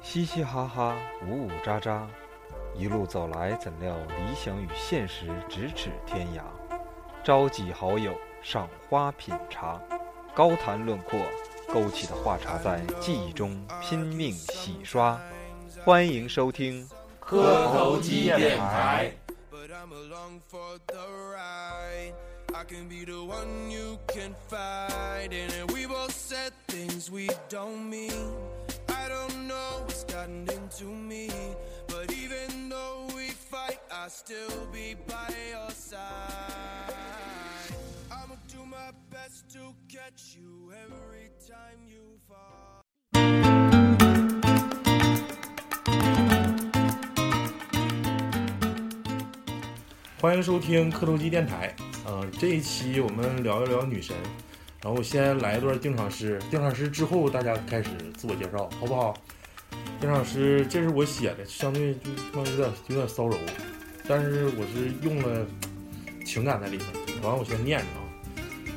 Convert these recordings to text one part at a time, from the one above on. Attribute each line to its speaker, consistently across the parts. Speaker 1: 嘻嘻哈哈，呜呜喳喳，一路走来，怎料理想与现实咫尺天涯。召集好友，赏花品茶，高谈论阔，勾起的话茬在记忆中拼命洗刷。欢迎收听，
Speaker 2: 磕头机电台。
Speaker 3: But I'm along for the ride. I can be the one you can find. And then we both said things we don't mean. I don't know what's gotten into me. But even though we fight, I'll still be by your side. I'ma do my best to catch you every time you fall.
Speaker 2: 欢迎收听磕头机电台。嗯、这一期我们聊一聊女神，然后先来一段定场诗。定场诗之后，大家开始自我介绍，好不好？定场诗这是我写的，相对就他妈有点有点骚柔，但是我是用了情感在里面。完了，我先念着啊：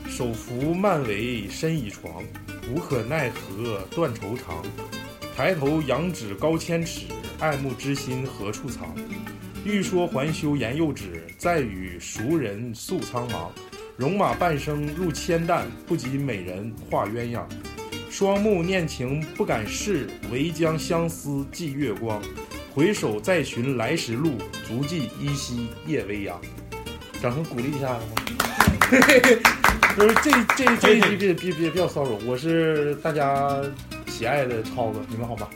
Speaker 2: 手扶漫围身已床，无可奈何断愁肠。抬头仰指高千尺，爱慕之心何处藏？欲说还休言又止，再与熟人诉苍茫。戎马半生入千担，不及美人画鸳鸯。双目念情不敢视，唯将相思寄月光。回首再寻来时路，足迹依稀夜未央。掌声鼓励一下好吗？不是这这这一句别别别别骚扰，我是大家喜爱的超子，你们好吗？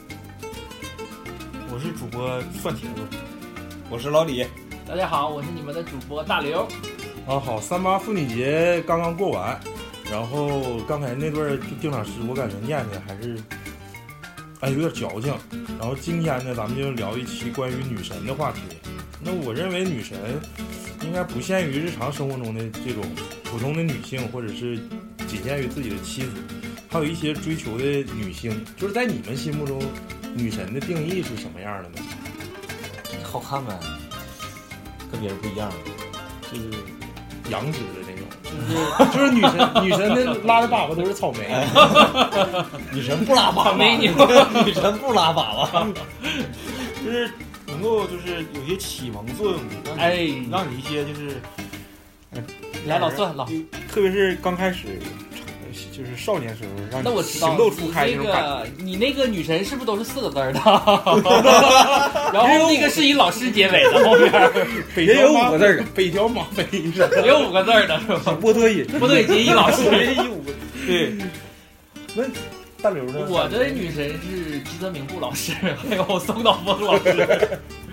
Speaker 4: 我是主播蒜茄子，我是老李，
Speaker 5: 大家好，我是你们的主播大刘。
Speaker 2: 啊，好，三八妇女节刚刚过完，然后刚才那段定场诗，我感觉念的还是，哎，有点矫情。然后今天呢，咱们就聊一期关于女神的话题。那我认为女神应该不限于日常生活中的这种普通的女性，或者是仅限于自己的妻子，还有一些追求的女星。就是在你们心目中，女神的定义是什么样的呢？
Speaker 4: 好看呗，跟别人不一 样。
Speaker 2: 就是羊脂的那种， 就是就是女神女神的拉的粑粑都是草莓，
Speaker 4: 女神不拉粑 粑，
Speaker 5: 美女
Speaker 4: 女神不拉粑啊粑，就是能够就是有些启蒙作用，让你
Speaker 5: 哎，
Speaker 4: 让你一些就是，呃
Speaker 5: 来老蒜老，
Speaker 4: 特别是刚开始，就是少年时候，让你
Speaker 5: 那我知道
Speaker 4: 行
Speaker 5: 了
Speaker 4: 动
Speaker 5: 你
Speaker 4: 初开那
Speaker 5: 那
Speaker 4: 种感觉。
Speaker 5: 个你那个女神是不是都是四个字 儿的？然后那个是以老师结尾的，后面
Speaker 2: 北
Speaker 4: 也
Speaker 2: 条
Speaker 4: 有
Speaker 2: 马
Speaker 4: 五个字儿的，
Speaker 2: 北条马非是
Speaker 5: 也有五个字儿的是吧？
Speaker 4: 波多 野，
Speaker 5: 哎不对，仅以老师。
Speaker 4: 对，
Speaker 2: 大刘呢？
Speaker 5: 我的女神是吉泽明步老师， 还有松岛枫老师。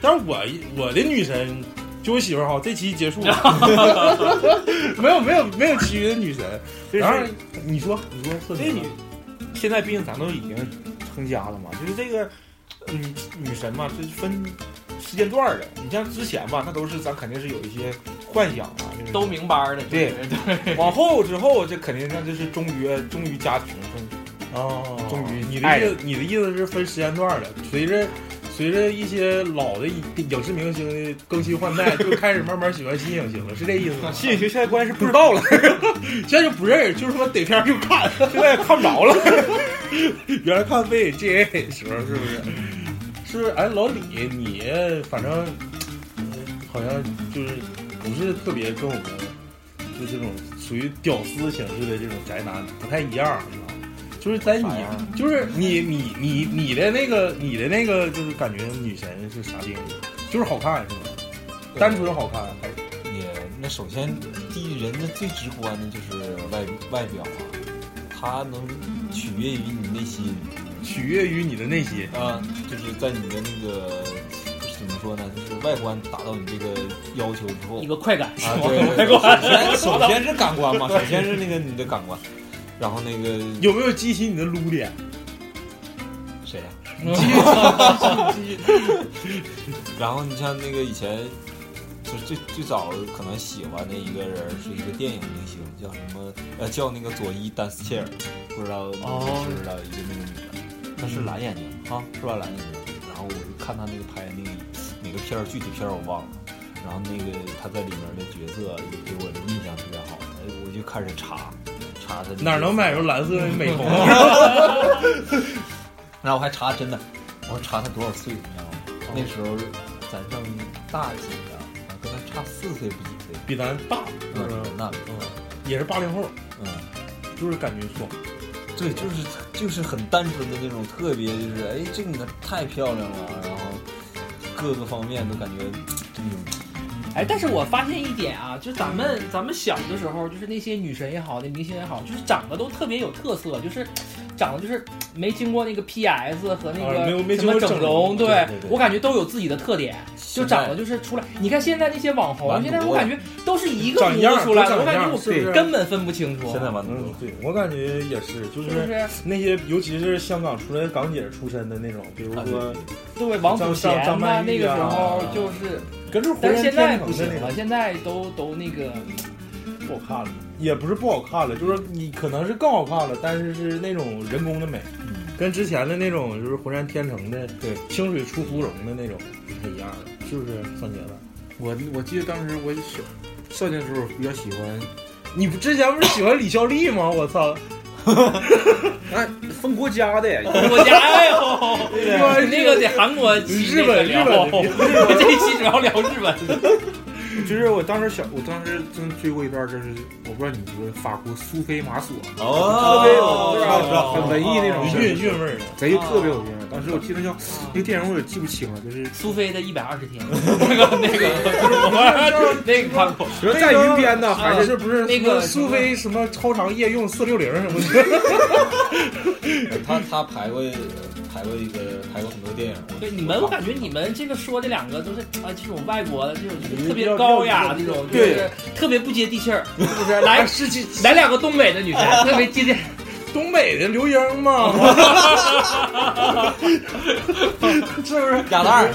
Speaker 2: 但是我我的女神就我媳妇儿哈，这期结束了， 没有没有没有其余的女神。
Speaker 4: 就是
Speaker 2: 然后你说你说说
Speaker 4: 这
Speaker 2: 你
Speaker 4: 女，现在毕竟咱都已经成家了嘛，就是这个女女神嘛，就是分时间段儿的。你像之前吧，那都是咱肯定是有一些幻想啊，就是
Speaker 5: 都明班儿的，
Speaker 4: 对往后之后，这肯定那就是忠于忠于家庭，
Speaker 2: 哦，
Speaker 4: 终于
Speaker 2: 你的
Speaker 4: 爱
Speaker 2: 意思你的意思是分时间段儿的，随着。随着一些老的影视明星的更新换代，就开始慢慢喜欢新影星了，是这意思吗？
Speaker 4: 新影星啊现在关键是不知道了，
Speaker 2: 现在就不认识，就是说逮片儿就看。
Speaker 4: 现在也看不着了。
Speaker 2: 原来看非得 G A 的时候是不是？是不是？哎，老李，你反正呃好像就是不是特别跟我们就这种属于屌丝形式的这种宅男不太一样，你知道吗？就是在你
Speaker 4: 啥样，
Speaker 2: 就是你你你你的那个你的那个就是感觉女神是啥定义？就是好看是吗？单纯好看，还是
Speaker 6: 也那首先第一人的最直观的就是外外表啊，他能取悦于你内心
Speaker 2: 取悦于你的内心。
Speaker 4: 嗯
Speaker 6: 啊，就是在你的那个就是怎么说呢，就是外观达到你这个要求之后
Speaker 5: 一，个快感是
Speaker 6: 啊
Speaker 5: 吗？
Speaker 6: 对，对 对首先首先是感官嘛，首先是那个你的感官，然后那个
Speaker 2: 有没有激起你的撸点？
Speaker 6: 谁呀、 然后你像那个以前，就是最最早可能喜欢的一个人是一个电影明星，叫什么？呃，叫那个佐伊丹斯切尔，不知道你
Speaker 2: 哦
Speaker 6: 知不知道一个那个女的，她是蓝眼睛哈，是吧？蓝眼睛。然后我就看她那个拍那个哪个片儿，具体片儿我忘了。然后那个她在里面的角色也给我的印象特别好，哎，我就开始查查她的角
Speaker 2: 哪
Speaker 6: 色
Speaker 2: 啊 能买着蓝色的美瞳？
Speaker 6: 然后我还查真的，我差他多少岁，你知道吗？那时候咱上大几啊？啊跟他差四岁不几岁？
Speaker 2: 比咱大，
Speaker 6: 嗯，
Speaker 2: 嗯
Speaker 6: 那
Speaker 2: 嗯，也是八零后，
Speaker 6: 嗯，
Speaker 2: 就是感觉爽，
Speaker 6: 对，就是就是很单纯的那种，特别就是哎，这个女的太漂亮了，然后各个方面都感觉真牛逼。
Speaker 5: 哎，但是我发现一点啊，就咱们咱们小的时候，就是那些女神也好，那明星也好，就是长得都特别有特色，就是长得就是没经过那个 PS 和那
Speaker 2: 啊没有没
Speaker 5: 个什
Speaker 2: 经过
Speaker 5: 么
Speaker 2: 整
Speaker 5: 整
Speaker 2: 容
Speaker 5: 容，对
Speaker 6: 对对对
Speaker 5: 我感觉都有自己的特点，就长得就是出来。你看现在那些网红，
Speaker 6: 完犊
Speaker 5: 现
Speaker 6: 子
Speaker 5: 在我感觉都是一个
Speaker 2: 长
Speaker 5: 模
Speaker 2: 样
Speaker 5: 子出来的，
Speaker 2: 都
Speaker 5: 我
Speaker 2: 长
Speaker 5: 感觉
Speaker 2: 样
Speaker 5: 我
Speaker 2: 是不是
Speaker 5: 根本分不清楚，
Speaker 6: 现在完犊子
Speaker 2: 嗯
Speaker 6: 了，，
Speaker 2: 对我感觉也是，就是
Speaker 5: 不
Speaker 2: 是
Speaker 5: 是？
Speaker 2: 那些尤其是香港出来的港姐出身的那种，比如
Speaker 6: 啊对
Speaker 2: 说
Speaker 6: 对对
Speaker 5: 对，王祖贤
Speaker 2: 张张
Speaker 5: 呐，
Speaker 2: 曼
Speaker 5: 那
Speaker 2: 玉
Speaker 5: 个
Speaker 2: 啊
Speaker 5: 时候就是，
Speaker 2: 跟这浑
Speaker 5: 但是
Speaker 2: 然
Speaker 5: 现在
Speaker 2: 天
Speaker 5: 不
Speaker 2: 成的
Speaker 5: 行
Speaker 2: 那
Speaker 5: 了，
Speaker 2: 种，
Speaker 5: 现在都都那个
Speaker 2: 不好看了，也不是不好看了，就是你可能是更好看了，但是是那种人工的美，
Speaker 6: 嗯，
Speaker 2: 跟之前的那种就是浑然天成的，
Speaker 6: 对，
Speaker 2: 清水出芙蓉的那种不太一样了，是不是三姐子？
Speaker 4: 我我记得当时我小少年时候比较喜欢，
Speaker 2: 你不之前不是喜欢李孝利吗？我操，
Speaker 4: 哎，分国家的，
Speaker 5: 国家哎呦，
Speaker 2: 个
Speaker 5: 那个得韩国期
Speaker 2: 日本
Speaker 5: 那个聊
Speaker 2: 日
Speaker 5: 这一期主要聊日本。
Speaker 4: 就是我当时小，我当时真追过一段，就是我不知道你们法国苏菲玛索，特
Speaker 2: 哦
Speaker 4: 别有，
Speaker 6: 知道知道
Speaker 4: 很文艺那种
Speaker 2: 韵韵味儿的。
Speaker 4: 贼特别有劲儿。当时我记得叫那个电影，我也记不清了，就是
Speaker 5: 苏菲的一百二十天，那个那个那个看过，
Speaker 4: 说在云边呢，
Speaker 2: 还
Speaker 4: 还是
Speaker 2: 啊是不是
Speaker 5: 那个
Speaker 2: 苏菲什么超长夜用四六零什 么的？
Speaker 6: 他他排过排过一个排过很多电影，我
Speaker 5: 对你们，我感觉你们这个说这两个都是啊，这种外国的这种就是特别高雅的那种，就是特别不接地气儿，是不是？来
Speaker 2: 是去
Speaker 5: 来两个东北的女神，特别接地。
Speaker 2: 东北的刘英吗？
Speaker 6: 是不是亚当尔？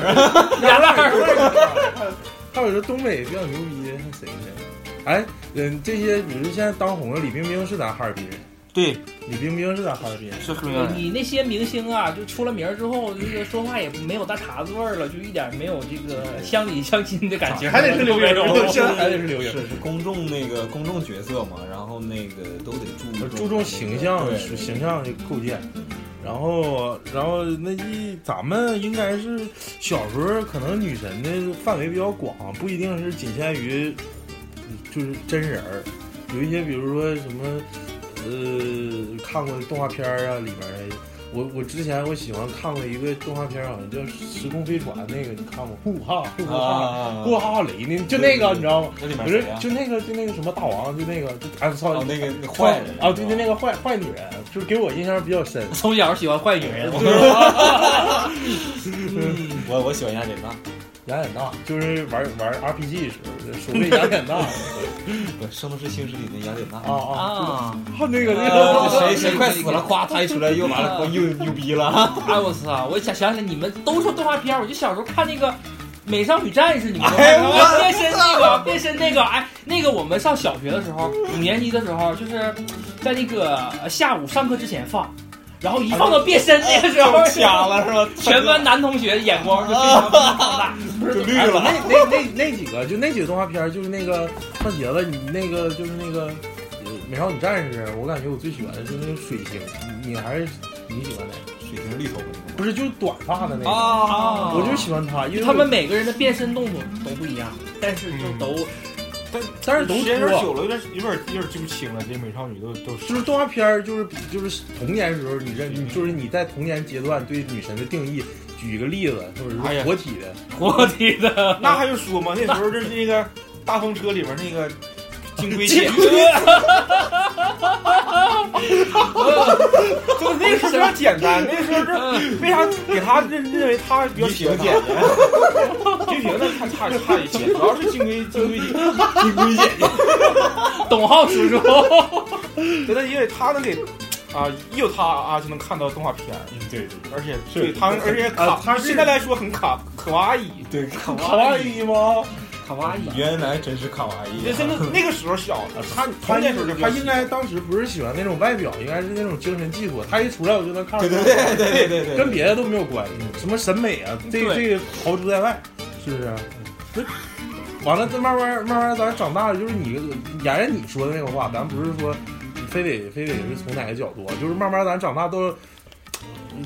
Speaker 5: 俩烂儿，
Speaker 2: 还有说东北比较牛逼，还谁呢？哎，嗯，这些比如现在当红的李冰冰是咱哈尔滨人，
Speaker 4: 对，
Speaker 2: 李冰冰是咱哈尔滨人，
Speaker 4: 是黑人。
Speaker 5: 你那些明星啊，就出了名儿之后，那个说话也没有大碴子味儿了，就一点没有这个乡里乡亲的感情，
Speaker 2: 还得是 刘英，现在还得是刘英。
Speaker 6: 是是公众那个公众角色嘛，然后那个都得注重
Speaker 2: 注重形象
Speaker 6: 对
Speaker 2: 是形象的构建。然后，然后那一咱们应该是小时候可能女神的范围比较广，不一定是仅限于就是真人儿，有一些比如说什么呃看过的动画片儿啊里面的。我我之前我喜欢看过一个动画片儿，好像叫《时空飞船》，那个你看过？ 呼哈呼哈
Speaker 6: 啊，
Speaker 2: 呼哈哈雷那就那个你知道吗？
Speaker 6: 那里面
Speaker 2: 不是
Speaker 6: 谁，呀？啊
Speaker 2: 就那个，就那个什么大王，就那个，就哎我操，
Speaker 6: 哦，那个那坏人
Speaker 2: 啊，对对，那个坏坏女人，啊就是给我印象比较 深。
Speaker 5: 从小喜欢坏女人，
Speaker 6: 个我我喜欢雅典娜，
Speaker 2: 雅典娜就是玩玩 RPG 时候，守卫雅典娜
Speaker 6: 不，《圣斗士星矢》里的雅典娜
Speaker 2: 啊。啊，
Speaker 5: 啊！
Speaker 2: 那个那
Speaker 6: 呃
Speaker 2: 个，
Speaker 6: 谁 谁快死了，夸他一出来又完 了，又牛逼了。
Speaker 5: 哎我操！我想想起来，你们都说动画片儿，我就小时候看那个《美少女战士》，你们都
Speaker 6: 哎
Speaker 5: 看过吗
Speaker 6: 我
Speaker 5: 变身那个，变身那个，哎，那个我们上小学的时候，五年级的时候，就是在那个呃下午上课之前放，然后一放到变身那个
Speaker 6: 哎
Speaker 5: 时候，
Speaker 6: 瞎了是吧？
Speaker 5: 全班男同学眼光就非常非常 放大。
Speaker 6: 就绿
Speaker 2: 那
Speaker 6: 了。
Speaker 2: 那那那几个，就那几个动画片儿，就是那个啊胖杰子，你那个就是那个呃美少女战士，我感觉我最喜欢的就是那个水星，你你还是你喜欢哪个？
Speaker 6: 水晶绿头
Speaker 2: 不是，就是短发的那个，
Speaker 6: 啊
Speaker 2: 我就喜欢他，因为
Speaker 5: 哦他们每个人的变身动作都不一样，但是
Speaker 6: 嗯
Speaker 5: 就都
Speaker 2: 但是都
Speaker 4: 时间有点
Speaker 2: 多。
Speaker 4: 久了，有点有点有点记不清了。这美少女都都
Speaker 2: 就是动画片儿，就是就是童年时候，你认你就是你在童年阶段对女神的定义，举一个例子，或者
Speaker 4: 哎
Speaker 2: 是
Speaker 4: 呀
Speaker 2: 活体的，
Speaker 5: 活体的。
Speaker 4: 那还用说吗？那时候就是那个大风车里边那个金龟姐，就那个时候比较简单，那个时候这为啥给他认认为他比较喜欢简单？菊萍那差差差一些，主要是金龟金龟姐，
Speaker 6: 金龟姐姐，
Speaker 5: 董浩叔叔，
Speaker 4: 真的因为他能给啊，一有他啊就能看到动画片儿，
Speaker 6: 嗯，对对
Speaker 4: 而且
Speaker 6: 是
Speaker 4: 对他而且卡
Speaker 2: 啊，他是
Speaker 4: 现在来说很卡可哇伊。
Speaker 6: 对，卡
Speaker 2: 卡哇伊吗？
Speaker 5: 卡哇伊。
Speaker 6: 原来真是卡哇伊
Speaker 4: 这真的那个时候小，
Speaker 6: 啊
Speaker 4: 他
Speaker 2: 他
Speaker 4: 他那时候就
Speaker 2: 他应该当时不是喜欢那种外表，应该是那种精神寄托。他一出来我就能看出
Speaker 6: 对对
Speaker 2: 来，
Speaker 6: 对对对对，
Speaker 2: 跟别的都没有关系，什么审美啊，这
Speaker 6: 对
Speaker 2: 这个逃之在外，是不是？啊完了，再慢慢慢慢，咱长大了，就是你沿着你说的那个话，咱不是说非得非得是从哪个角度啊，就是慢慢咱长大都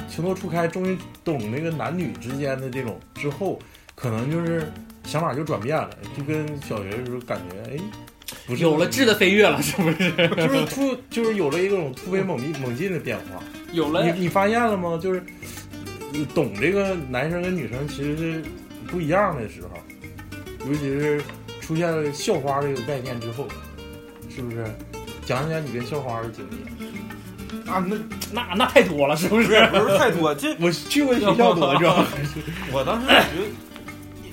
Speaker 2: 情窦初开，终于懂那个男女之间的这种之后，可能就是想法就转变了，就跟小学的时候感觉哎，不是
Speaker 5: 有了质的飞跃了，是不是？
Speaker 2: 就是突 就是有了一种突飞猛进猛进的变化。
Speaker 5: 有了
Speaker 2: 你你发现了吗？就是呃懂这个男生跟女生其实是不一样的时候，尤其是出现了校花这个概念之后，是不是？讲讲你跟校花的经历。
Speaker 4: 啊，那
Speaker 5: 那那太多了，是不
Speaker 4: 不
Speaker 5: 是
Speaker 4: 是？不是太多，这
Speaker 2: 我去过学校多是吧？
Speaker 4: 我当时感觉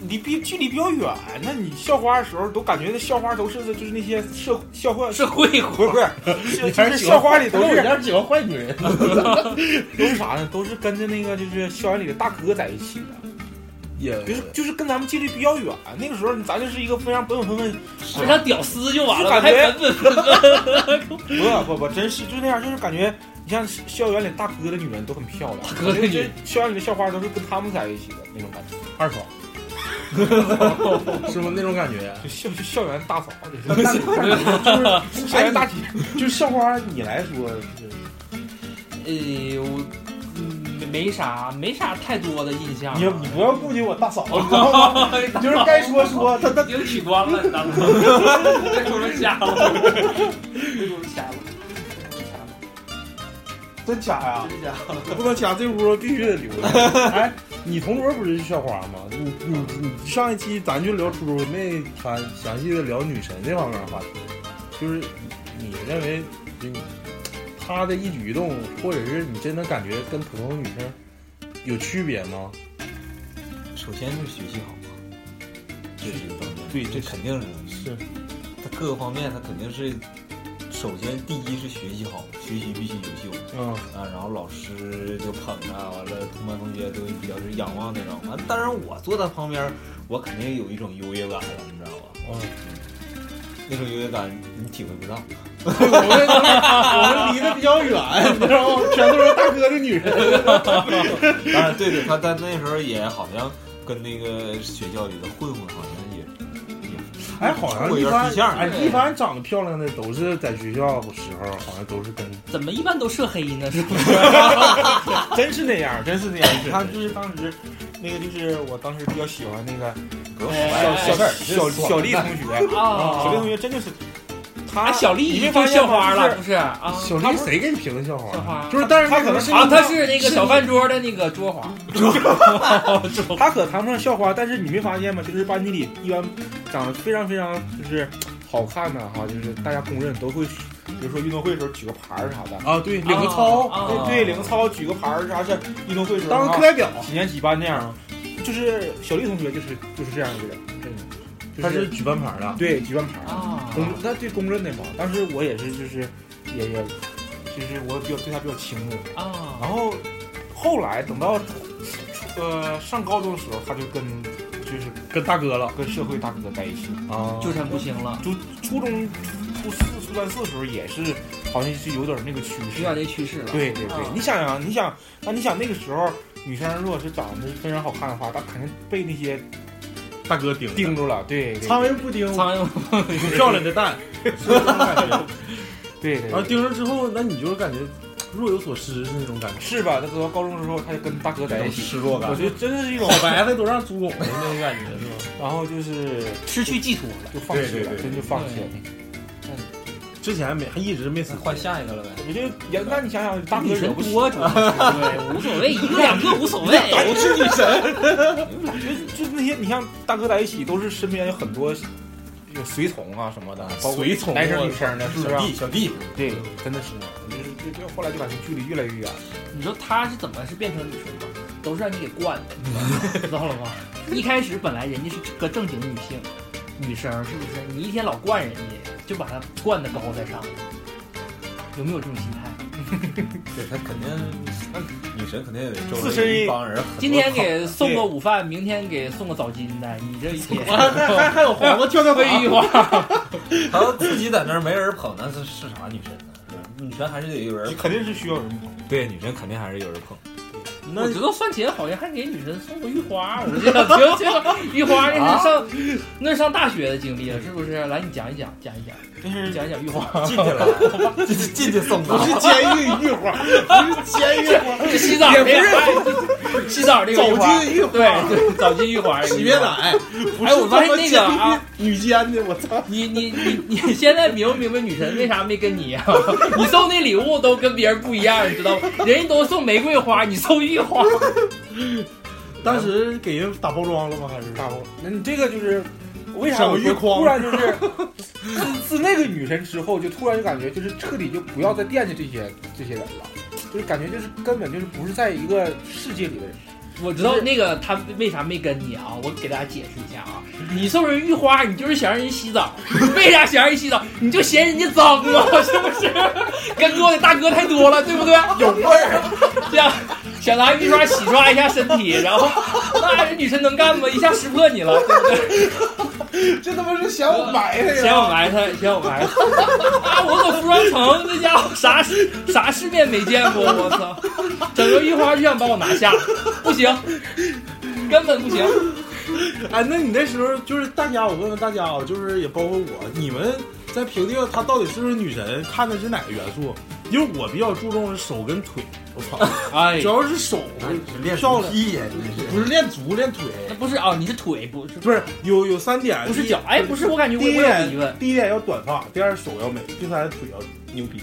Speaker 4: 离毕距离比较远，那你校花的时候都感觉那校花都是就是那些社校 会，
Speaker 5: 是会
Speaker 4: 不是不是， 是就是
Speaker 2: 喜欢
Speaker 4: 校花里都
Speaker 2: 我
Speaker 4: 是
Speaker 2: 家喜欢坏女人，
Speaker 4: 都是啥呢？都是跟着那个就是校园里的大哥在一起的，
Speaker 2: 也
Speaker 4: 就是就是跟咱们距离比较远。那个时候咱就是一个非常本本分分，
Speaker 5: 非常屌丝就完了，
Speaker 4: 就感觉
Speaker 5: 还本本分分。
Speaker 4: 不不不，真是就那样，就是感觉你像校园里大哥的女人都很漂亮，
Speaker 5: 哥的女人
Speaker 4: 就是校园里的校花都是跟他们在一起的那种感觉，
Speaker 2: 二 爽，是吗？那种感觉。
Speaker 4: 就校就校园大嫂，
Speaker 2: 那
Speaker 4: 这
Speaker 2: 那就是
Speaker 4: 是校园大姐。
Speaker 2: 就是校花，你来说是
Speaker 5: 呃，我嗯没啥没啥太多的印象了，
Speaker 2: 你你不要顾及我大嫂，你知道吗？你就是该说说，他他
Speaker 5: 已经取关了，你知道吗？别给我瞎了，别给我瞎了，
Speaker 2: 真假呀、
Speaker 4: 哎
Speaker 5: 真瞎了。
Speaker 2: 不能加这屋必须得留着。哎，你同桌不是校花吗？你你你上一期咱就聊初中，没谈详细的聊女神这方面的话题，就是你认为就你她的一举一动，或者是你真的感觉跟普通女生有区别吗？
Speaker 6: 首先是学习好嘛，这是方面。对，这肯定是。
Speaker 2: 是，
Speaker 6: 他各个方面，他肯定是，首先第一是学习好，学习必须优秀
Speaker 2: 嗯，
Speaker 6: 啊，然后老师就捧啊，完了同班同学都比较是仰望那种。完，当然我坐在旁边，我肯定有一种优越感了，你知道吧？
Speaker 2: 嗯，
Speaker 6: 那种优越感你体会不到。
Speaker 2: 我们我哦们离得比较远，你知道吗？全都是大哥的女人。
Speaker 6: 当然，对对，他在那时候也好像跟那个学校里的混混好像也也
Speaker 2: 哎，好像
Speaker 6: 我
Speaker 2: 一
Speaker 6: 有点
Speaker 2: 般
Speaker 6: 对象
Speaker 2: 哎，
Speaker 6: 对
Speaker 2: 一般长得漂亮的都是在学校时候，好像都是跟
Speaker 5: 怎么一般都涉黑呢？是不是？
Speaker 4: 真是那样，真是那样。他就是当时那个，就是我当时比较喜欢那个
Speaker 6: 不用
Speaker 5: 哎
Speaker 6: 说
Speaker 4: 小
Speaker 5: 哎
Speaker 4: 小
Speaker 6: 事儿，
Speaker 4: 小小丽同学，小丽
Speaker 5: 啊
Speaker 4: 同，学真的是
Speaker 5: 啊，
Speaker 4: 他
Speaker 5: 小丽
Speaker 4: 你
Speaker 5: 已
Speaker 4: 没
Speaker 5: 经
Speaker 4: 发
Speaker 5: 就
Speaker 4: 现
Speaker 5: 校
Speaker 4: 吗
Speaker 5: 花了，
Speaker 4: 就是
Speaker 5: 不是啊？
Speaker 2: 小
Speaker 4: 他
Speaker 2: 丽
Speaker 4: 不是
Speaker 2: 谁给你评的校花
Speaker 5: 校花
Speaker 2: 呢？就是，但是
Speaker 4: 他可能
Speaker 2: 是
Speaker 5: 啊，她是那个小饭桌的那个桌花，
Speaker 4: 他可谈不上校花，但是你没发现吗？就是班级里一般长得非常非常就是好看的哈，就是大家公认都会，比如说运动会的时候举个牌儿啥的，
Speaker 2: 啊，对，领个操，
Speaker 5: 啊
Speaker 4: 对对，领个操举个牌儿啥是运动会时候
Speaker 2: 当个
Speaker 4: 啊
Speaker 2: 课代表，
Speaker 4: 几年几班那样啊，就是小丽同学就是就是这样一个人，真的，就是、哦
Speaker 2: 他是举办牌
Speaker 6: 嗯
Speaker 2: 的，
Speaker 4: 对举办牌儿，
Speaker 5: 啊，
Speaker 4: 公他对公认的嘛。当时我也是就是也也就是我比较对他比较倾慕，然
Speaker 5: 啊，
Speaker 4: 后后来等到呃上高中的时候，他就跟就是
Speaker 2: 跟大哥了
Speaker 4: 跟社会大哥在一起，
Speaker 2: 啊，
Speaker 5: 纠缠不清了，
Speaker 4: 就初中初初四初三四的时候也是好像是有点那个趋
Speaker 5: 有
Speaker 4: 势，
Speaker 5: 点这趋势了。
Speaker 4: 对对对，
Speaker 5: 啊
Speaker 4: 你想想，你想，那你想那个时候，女生如果是长得非常好看的话，她肯定被那些
Speaker 2: 大哥顶
Speaker 4: 盯住了。对，对
Speaker 2: 苍蝇不叮
Speaker 5: 苍蝇
Speaker 2: 漂亮 的蛋，是这种感觉。
Speaker 4: 对对
Speaker 2: 然后
Speaker 4: 对，
Speaker 2: 啊盯上之后，那你就是感觉若有所思是那种感觉。
Speaker 4: 是吧？她走到高中之后，她就跟大哥在一起，
Speaker 6: 失落
Speaker 2: 哎
Speaker 4: 我
Speaker 6: 感。
Speaker 4: 觉得真的是一种
Speaker 2: 老，白菜都让猪拱了那种感觉是吧？
Speaker 4: 然后就是
Speaker 5: 失去寄托了，
Speaker 4: 就放弃了，
Speaker 2: 对对对
Speaker 4: 真就放弃了。
Speaker 2: 之前没一直没死，
Speaker 6: 换下一个了呗。
Speaker 4: 我觉得，那你想想，大哥
Speaker 5: 女
Speaker 4: 惹
Speaker 5: 神
Speaker 4: 不起，
Speaker 5: 多主要是对，无所谓，一个两个无所谓。
Speaker 6: 都是女神。
Speaker 4: 就就那些，你像大哥在一起，都是身边有很多有随从啊什么的，包括
Speaker 2: 随从
Speaker 4: 男生女生的，是不是
Speaker 6: 小？弟，小弟，
Speaker 4: 对，真的是，就是就就后来就感觉距离越来越远。
Speaker 5: 你说她是怎么是变成女神吗？都是让你给惯的，你知道吗知道了吗？一开始本来人家是个正经女性，女生是不是？你一天老惯人家，就把她惯得高高在上，有没有这种心态？
Speaker 6: 对他肯定，女神肯定也得周
Speaker 4: 自
Speaker 6: 围
Speaker 4: 身
Speaker 6: 一帮人。
Speaker 5: 今天给送个午饭，明天给送个澡巾的，你这一天
Speaker 2: 还还有黄瓜跳跳
Speaker 5: 废
Speaker 2: 飞，
Speaker 5: 话，
Speaker 6: 他要自己在那儿没人捧，那是是啥女神呢？是吧女神还是得有人
Speaker 4: 肯定是需要人捧。
Speaker 6: 对，女神肯定还是有人捧。
Speaker 5: 我
Speaker 2: 那
Speaker 5: 知道算钱好像还给女神送过玉花，我这想听听玉花那是上那是上大学的经历了，是不是？来，你讲一讲，讲一讲，
Speaker 4: 但是
Speaker 5: 讲一讲玉 花。
Speaker 2: 进去了，
Speaker 6: 进进去送
Speaker 4: 不
Speaker 6: 的，
Speaker 4: 是监狱玉花，不是监狱花，
Speaker 5: 这洗澡那个，洗澡那个
Speaker 6: 走，进
Speaker 5: 玉花
Speaker 6: 玉花
Speaker 5: 对对，早进玉花，
Speaker 6: 洗面。奶，
Speaker 5: 哎，我发现那个啊，
Speaker 6: 女监的，我操！
Speaker 5: 你你你你现在明不明白女神为啥没跟你啊？ 你送那礼物都跟别人不一样，你知道吗？人家都送玫瑰花，你送玉花。
Speaker 2: 当时给人打包装了吗？还是
Speaker 4: 大红，那你这个就是为啥
Speaker 2: 小
Speaker 4: 我
Speaker 2: 玉
Speaker 4: 就
Speaker 2: 筐
Speaker 4: 突然就是 自自那个女神之后，就突然就感觉就是彻底就不要再惦记这些这些人了，就是感觉就是根本就是不是在一个世界里的人。
Speaker 5: 我知道那个他为啥没跟你啊？我给大家解释一下啊，你送人玉花，你就是想让人洗澡，为啥想让人洗澡？你就嫌人家脏啊， 是不是？跟过的大哥太多了，对不对？有味儿，这样想拿玉刷洗刷一下身体，然后那人女生能干吗？一下识破你了，对不对？
Speaker 4: 这他妈是想我埋汰
Speaker 5: 嫌
Speaker 4: 呀！
Speaker 5: 我埋汰，嫌我埋汰。啊，我搁服装城，这家伙啥世啥世面没见过，我操！整个玉花就想把我拿下，不行，根本不行。
Speaker 2: 哎，那你那时候就是大家，我问问大家啊，就是也包括我，你们在评定她到底是不是女神，看的是哪个元素？因为我比较注重手跟腿，我操，
Speaker 5: 哎
Speaker 2: 主，要是手
Speaker 6: 练
Speaker 2: 漂
Speaker 6: 手
Speaker 2: 亮，
Speaker 6: 屁呀，真是
Speaker 2: 不是练足练腿，
Speaker 5: 那不是啊、你是腿，不是
Speaker 2: 不是有有三点，
Speaker 5: 不是
Speaker 2: 第一
Speaker 5: 脚？哎，不是，我感觉我
Speaker 2: 第一
Speaker 5: 我有疑
Speaker 2: 点
Speaker 5: 问，，
Speaker 2: 第一点要短发，第二手要美，第三腿要牛逼。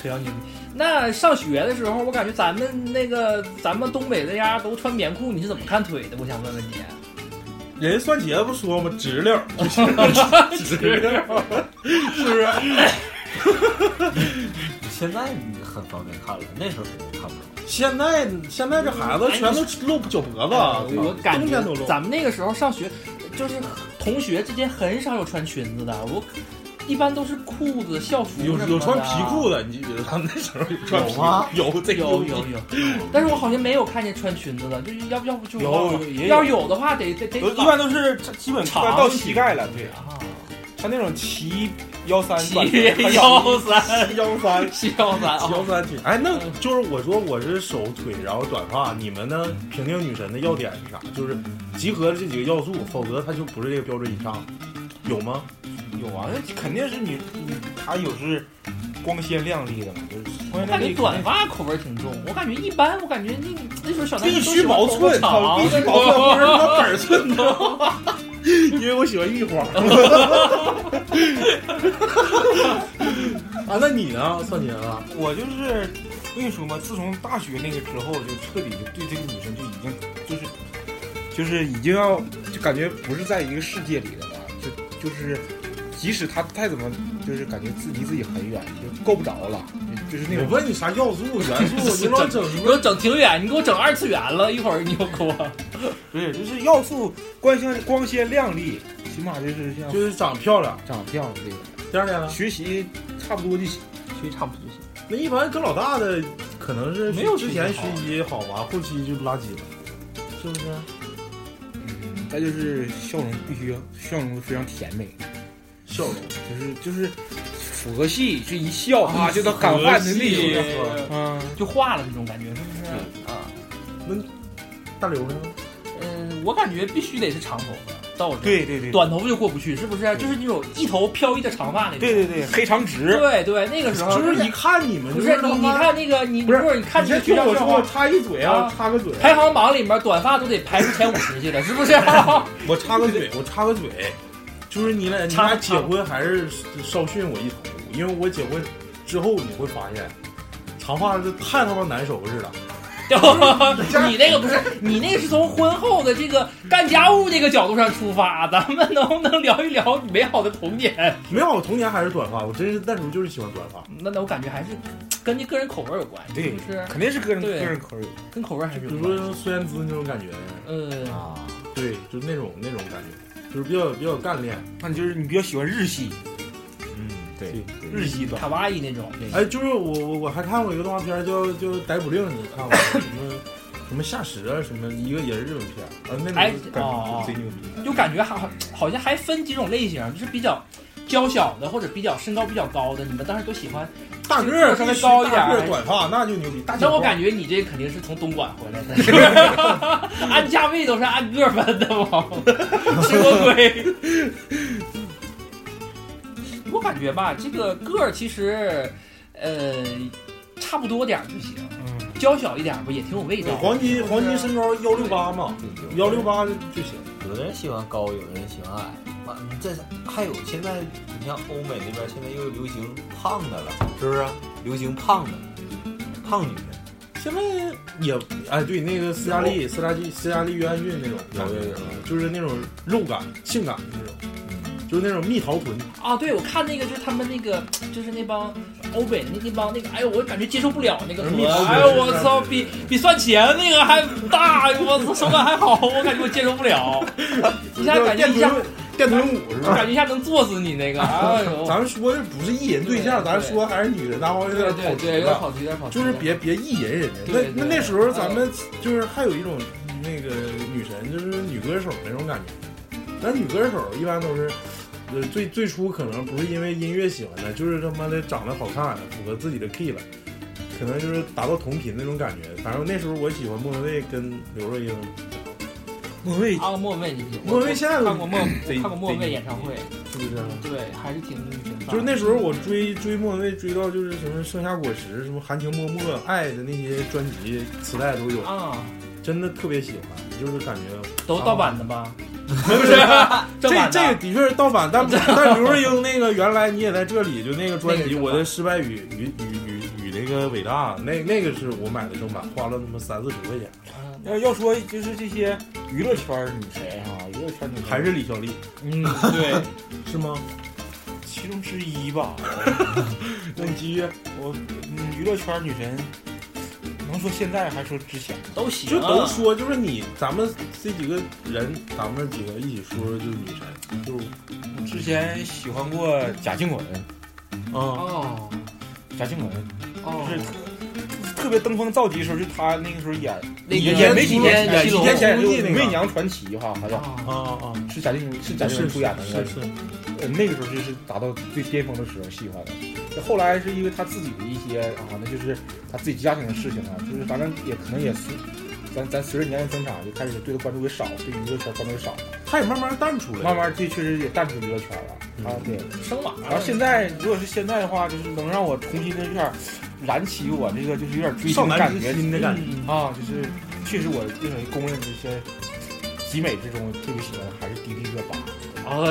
Speaker 5: 腿要拧。那上学的时候，我感觉咱们那个咱们东北这家都穿棉裤，你是怎么看腿的？我想问问你。
Speaker 2: 人家算茄不说吗？直溜儿，直溜儿，是不是？
Speaker 6: 现在你很方便看了，那时候肯定看不着。
Speaker 2: 现在现在这孩子全都露脚脖子，
Speaker 5: 哎我感
Speaker 2: 啊冬
Speaker 5: 觉
Speaker 2: 天都露。
Speaker 5: 咱们那个时候上学，就是同学之间很少有穿裙子的，我一般都是裤子、校服
Speaker 2: 有
Speaker 5: 什么
Speaker 2: 有
Speaker 5: 的
Speaker 2: 穿皮裤的，你记得他们那时候有穿皮
Speaker 6: 有吗
Speaker 2: 裤？有这个
Speaker 5: 有有有，但是我好像没有看见穿裙子的，就是要不要不就忘了
Speaker 4: 有也有
Speaker 5: 要是有的话得得得
Speaker 2: 呃
Speaker 4: 一般都是基本
Speaker 5: 长
Speaker 4: 快到膝盖了，对，
Speaker 5: 啊，
Speaker 4: 像那种齐幺三短
Speaker 5: 七
Speaker 4: 裙，
Speaker 5: 幺三
Speaker 2: 腰三
Speaker 5: 七幺三啊
Speaker 2: 腰，三腿。哎，那就是我说我是手腿，然后短发。你们呢？评定女神的要点是啥？就是集合这几个要素，否则她就不是这个标准以上，有吗？
Speaker 4: 有啊，那肯定是你，你她有是光鲜亮丽的嘛，就是光鲜
Speaker 5: 感
Speaker 4: 亮
Speaker 5: 觉
Speaker 4: 丽。
Speaker 5: 短发口味挺重，我感觉一般，我感觉那那时候小男
Speaker 4: 必
Speaker 5: 生
Speaker 4: 须毛寸，
Speaker 2: 啊
Speaker 4: 操！必须毛
Speaker 5: 寸，
Speaker 4: 寸，不是他妈本 寸的。
Speaker 2: 因为我喜欢玉 花。啊，那你呢？算你啊？
Speaker 4: 我就是我跟你说嘛，自从大学那个之后，就彻底的对这个女生就已经就是就是已经要就感觉不是在一个世界里的了，就就是即使她再怎么就是感觉自离自己很远，就够不着了，就是那
Speaker 2: 我
Speaker 4: 种
Speaker 2: 问你啥要素元 素？你老整
Speaker 5: 你给我整挺远，你给我整二次元了，一会儿你又给我。
Speaker 4: 不是就是要素光鲜光鲜亮丽，起码就是像
Speaker 2: 就是长漂亮。
Speaker 4: 长漂亮这个，
Speaker 2: 第二点呢？
Speaker 4: 学习差不多就行。
Speaker 5: 学习差不多就行。
Speaker 2: 那一般跟老大的可能是
Speaker 5: 没有
Speaker 2: 之前学习好吧，后期就垃圾了，是不是？
Speaker 4: 嗯，再就是笑容必须要笑容非常甜美，
Speaker 2: 笑容
Speaker 4: 就是就是符合戏，就一笑啊，就
Speaker 2: 他
Speaker 4: 能感化的那
Speaker 2: 种
Speaker 4: 种。
Speaker 5: 对
Speaker 4: 嗯，
Speaker 5: 就化了那种感觉，是不是？啊，
Speaker 2: 大刘呢？
Speaker 5: 嗯，我感觉必须得是长头发，到我这儿
Speaker 4: 对对对，
Speaker 5: 短头发就过不去，是不是？就是那种一头飘逸的长发那种。
Speaker 4: 对对对，黑长直，
Speaker 5: 对对，那个时候
Speaker 2: 就是一看你们
Speaker 5: 啊不
Speaker 2: 就是他
Speaker 5: 你你
Speaker 2: 妈，
Speaker 5: 看那个你
Speaker 2: 不是
Speaker 5: 你看
Speaker 2: 你
Speaker 5: 你
Speaker 2: 先
Speaker 5: 个学
Speaker 2: 听
Speaker 5: 校
Speaker 2: 我
Speaker 5: 校
Speaker 2: 说，我
Speaker 5: 花
Speaker 2: 插一嘴啊
Speaker 5: 啊，
Speaker 2: 插个嘴，
Speaker 5: 排
Speaker 4: 哎
Speaker 5: 行榜里面短发都得排入前五十去了，是不啊是？
Speaker 2: 我插个嘴，我插个嘴，就是你俩你
Speaker 5: 插
Speaker 2: 俩
Speaker 5: 个
Speaker 2: 结婚还是稍逊我一头，因为我结婚之后你会发现，长发是太他妈难收拾了。
Speaker 5: 你那个不是，你那个是从婚后的这个干家务这个角度上出发，咱们能不能聊一聊你美好的童年？
Speaker 2: 没有，我童年还是短发，我真是那时候就是喜欢短发。
Speaker 5: 那那我感觉还是跟这个人口味有关系，
Speaker 4: 对
Speaker 5: 是不是？
Speaker 4: 肯定是个人个
Speaker 5: 对
Speaker 4: 人口味。
Speaker 5: 跟口味还是
Speaker 2: 比
Speaker 5: 有
Speaker 2: 如
Speaker 5: 关系。
Speaker 2: 说孙燕姿那种感觉，
Speaker 5: 嗯，
Speaker 6: 啊，
Speaker 2: 对，就是那种那种感觉，就是比较比较干练。
Speaker 4: 那你就是你比较喜欢日系，
Speaker 6: 嗯，对
Speaker 2: 对，
Speaker 4: 日系短
Speaker 5: 卡哇伊那种。
Speaker 2: 哎，就是我我我还看过一个动画片儿叫叫《逮捕令》，你看过吗什么什么下食啊，什么一个也是日本片儿啊，那
Speaker 5: 哎
Speaker 2: 种
Speaker 4: 感
Speaker 5: 哦
Speaker 4: 觉贼牛逼。
Speaker 5: 就感觉好，好像还分几种类型，就是比较娇小的或者比较身高比较高的，你们当时都喜欢。
Speaker 2: 大个儿
Speaker 5: 稍微高一点
Speaker 2: 大个儿短发那就牛逼。大
Speaker 5: 那
Speaker 2: 小
Speaker 5: 我
Speaker 2: 花
Speaker 5: 感觉你这肯定是从东莞回来的， 按价位都是按个分的 嘛，吃过亏。我感觉吧，这个个儿其实，呃，差不多点儿就行，
Speaker 2: 嗯，
Speaker 5: 娇小一点儿不也挺有味道
Speaker 2: 对，
Speaker 5: 的？
Speaker 2: 黄金黄金身高幺六八嘛，
Speaker 6: 对
Speaker 2: 幺六八就行。
Speaker 6: 有的人喜欢高，有的人喜欢矮。妈，你这还有现在，你像欧美那边现在又流行胖的了，是不是？流行胖的，胖女人。
Speaker 2: 现在也哎，对那个斯嘉丽、斯嘉丽、斯嘉丽约翰逊那种感觉
Speaker 6: 嗯，
Speaker 2: 就是那种肉感、性感那种，
Speaker 5: 嗯
Speaker 2: 就是那种蜜桃臀。
Speaker 5: 啊，对，我看那个就是他们那个，就是那帮欧美的那那帮那个，哎呦，我感觉接受不了那个
Speaker 2: 蜜
Speaker 5: 河，
Speaker 2: 桃
Speaker 5: 哎
Speaker 2: 是
Speaker 5: 呦，
Speaker 2: 是
Speaker 5: 我操，比比算钱那个还大，我操，手感还好，我感觉我接受不 了，一下感觉
Speaker 2: 电
Speaker 5: 一下
Speaker 2: 臀，电臀舞是
Speaker 5: 我
Speaker 2: 吧？
Speaker 5: 感觉一下能坐死你那 个，哎呦，
Speaker 2: 咱们说的不是一人对象，
Speaker 5: 对
Speaker 2: 咱说还是女人，然后有
Speaker 5: 对
Speaker 2: 点
Speaker 5: 对
Speaker 2: 跑
Speaker 5: 对，
Speaker 2: 题
Speaker 5: 有点
Speaker 2: 了，
Speaker 5: 跑题，有点跑题，
Speaker 2: 就是别别意淫人家。
Speaker 5: 对
Speaker 2: 那那
Speaker 5: 对
Speaker 2: 那时候咱们就是还有一种那个女神，就是女歌手那种感觉。咱女歌手一般都是，呃，最最初可能不是因为音乐喜欢的，就是他妈的长得好看，符合自己的 key 了。可能就是达到同频那种感觉，反正那时候我喜欢莫文蔚跟刘若英，莫文蔚
Speaker 5: 啊，莫文蔚你听过，
Speaker 2: 莫文蔚现在
Speaker 5: 看过莫，我
Speaker 2: 贼
Speaker 5: 看过莫文蔚
Speaker 2: 贼
Speaker 5: 演唱会，
Speaker 2: 是不是啊？
Speaker 5: 对，还是挺挺棒的
Speaker 2: 就是那时候我追追莫文蔚追到就是什么《盛夏果实》什么《含情脉脉》《爱》的那些专辑磁带都有，
Speaker 5: 啊，
Speaker 2: 真的特别喜欢，就是感 觉
Speaker 5: 都盗版的吧？
Speaker 2: 没 有
Speaker 5: 正
Speaker 2: 这
Speaker 5: 版
Speaker 2: 这个
Speaker 5: 的
Speaker 2: 的确是盗版， 但但刘若英那个原来你也在这里就那个专
Speaker 5: 那个
Speaker 2: 辑
Speaker 5: 是
Speaker 2: 《
Speaker 5: 吧
Speaker 2: 我的失败与与与与与那个伟大》，那那个是我买的正版，花了他妈三四十块钱，
Speaker 5: 嗯
Speaker 2: 要要说就是这些
Speaker 6: 娱乐圈女神哈、哎娱乐圈女
Speaker 2: 还是李孝利
Speaker 5: 嗯，对，
Speaker 2: 是吗？
Speaker 4: 其中之一 吧。
Speaker 2: 那你继续，
Speaker 4: 我嗯，娱乐圈女神，能说现在还说之前？
Speaker 5: 都行，啊
Speaker 2: 就都说就是你咱们这几个人，咱们几个一起说说就是女神，就是
Speaker 4: 我之前喜欢过贾静雯，
Speaker 2: 啊。
Speaker 5: 哦
Speaker 4: 贾静雯就
Speaker 5: 哦，
Speaker 4: 是特特别登峰造极的时候，就她那个时候演
Speaker 5: 那
Speaker 4: 也
Speaker 5: 个
Speaker 4: 也没几
Speaker 5: 天
Speaker 4: 演
Speaker 5: 七
Speaker 4: 几
Speaker 5: 龙
Speaker 4: 天前《
Speaker 2: 七龙记那个
Speaker 4: 武媚娘传奇》哈，好像
Speaker 5: 啊
Speaker 2: 啊啊！
Speaker 4: 是贾静是贾静雯出演的，应该是。呃，那个时候就是达到最巅峰的时候喜欢的。那后来是因为他自己的一些啊，那就是他自己家庭的事情啊，就是反正也可能也随，咱咱随着年龄增长，就开始对他关注也少，对娱乐圈关注也少了，
Speaker 2: 他也慢慢淡出来，
Speaker 4: 慢慢这确实也淡出娱乐圈了、啊。对，
Speaker 5: 生娃
Speaker 4: 然后现在如果是现在的话，就是能让我重新的有点燃起我这个就是有点追
Speaker 2: 少
Speaker 4: 星的
Speaker 2: 男
Speaker 4: 感
Speaker 2: 之
Speaker 4: 觉
Speaker 2: 心的感觉。
Speaker 5: 嗯
Speaker 4: 啊，就是确实我认为公认这些集美之中特别喜欢的还是迪丽热巴。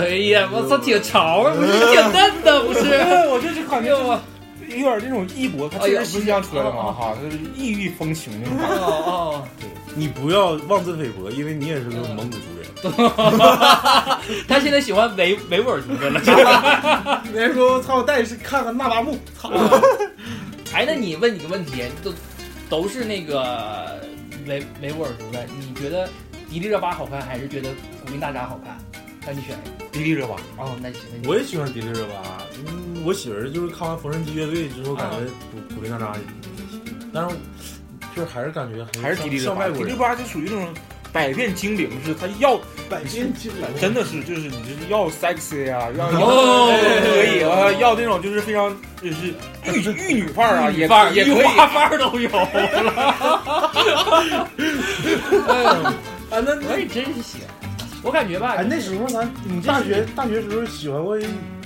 Speaker 5: 哎呀，我操，挺潮的，不是挺嫩的，不是？ 哦
Speaker 4: 我就是感觉
Speaker 2: 哎
Speaker 4: 我有点那种异国，他
Speaker 5: 哎
Speaker 4: 这
Speaker 5: 呀
Speaker 4: 是新疆车
Speaker 2: 哦
Speaker 4: 的
Speaker 5: 不是
Speaker 4: 嘛哈，就是异域风情那种感觉。
Speaker 5: 哦
Speaker 2: 你不要妄自菲薄，因为你也是个蒙古族
Speaker 5: 哦，他现在喜欢维维吾尔族的了。
Speaker 2: 人。人家说我操，带你去看看 那达慕，操！
Speaker 5: 哎，那你问你个问题，都都是那个维维吾尔族的，你觉得迪丽热巴好看，还是觉得古力娜扎好看？让你选一个。
Speaker 4: 迪丽热巴，
Speaker 5: 哦，那行，那你
Speaker 2: 我也喜欢迪丽热巴，嗯，我媳妇儿就是看完《缝纫机乐队》之后，感觉古古力娜扎，但是就是还是感觉
Speaker 4: 还是迪丽热
Speaker 2: 上
Speaker 4: 巴。
Speaker 2: 外
Speaker 4: 迪
Speaker 2: 国
Speaker 4: 丽
Speaker 2: 人，
Speaker 4: 热巴就属于那种百变精灵似的，她要
Speaker 2: 百变精灵
Speaker 4: 真的是就是你就是要 sexy 啊，要
Speaker 5: 哦
Speaker 4: 要可以啊，要那种就是非常就是玉玉女范儿啊，也
Speaker 5: 范儿
Speaker 4: 也
Speaker 5: 一
Speaker 4: 可以。
Speaker 5: 花范儿都有了。哎呦，
Speaker 2: 啊！那
Speaker 5: 我
Speaker 2: 那
Speaker 5: 也真是行，我感觉吧，
Speaker 2: 哎，那时候咱你大学大学时候喜欢过一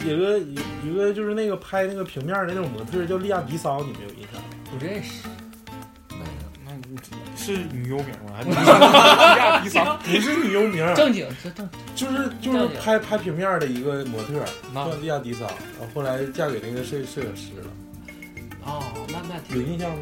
Speaker 2: 个一个就是那个拍那个平面的那种模特叫利亚迪桑，你没有印 象？
Speaker 5: 不认识。
Speaker 4: 那你是女优名吗？ 还是迪亚迪桑？
Speaker 2: 不是女优名，啊
Speaker 5: 正经是正
Speaker 2: 就是就是拍拍平面的一个模特，
Speaker 5: 那
Speaker 2: 叫利亚迪桑，然呃后后来嫁给那个摄摄影师了，
Speaker 5: 哦，那那挺
Speaker 2: 有印象吗？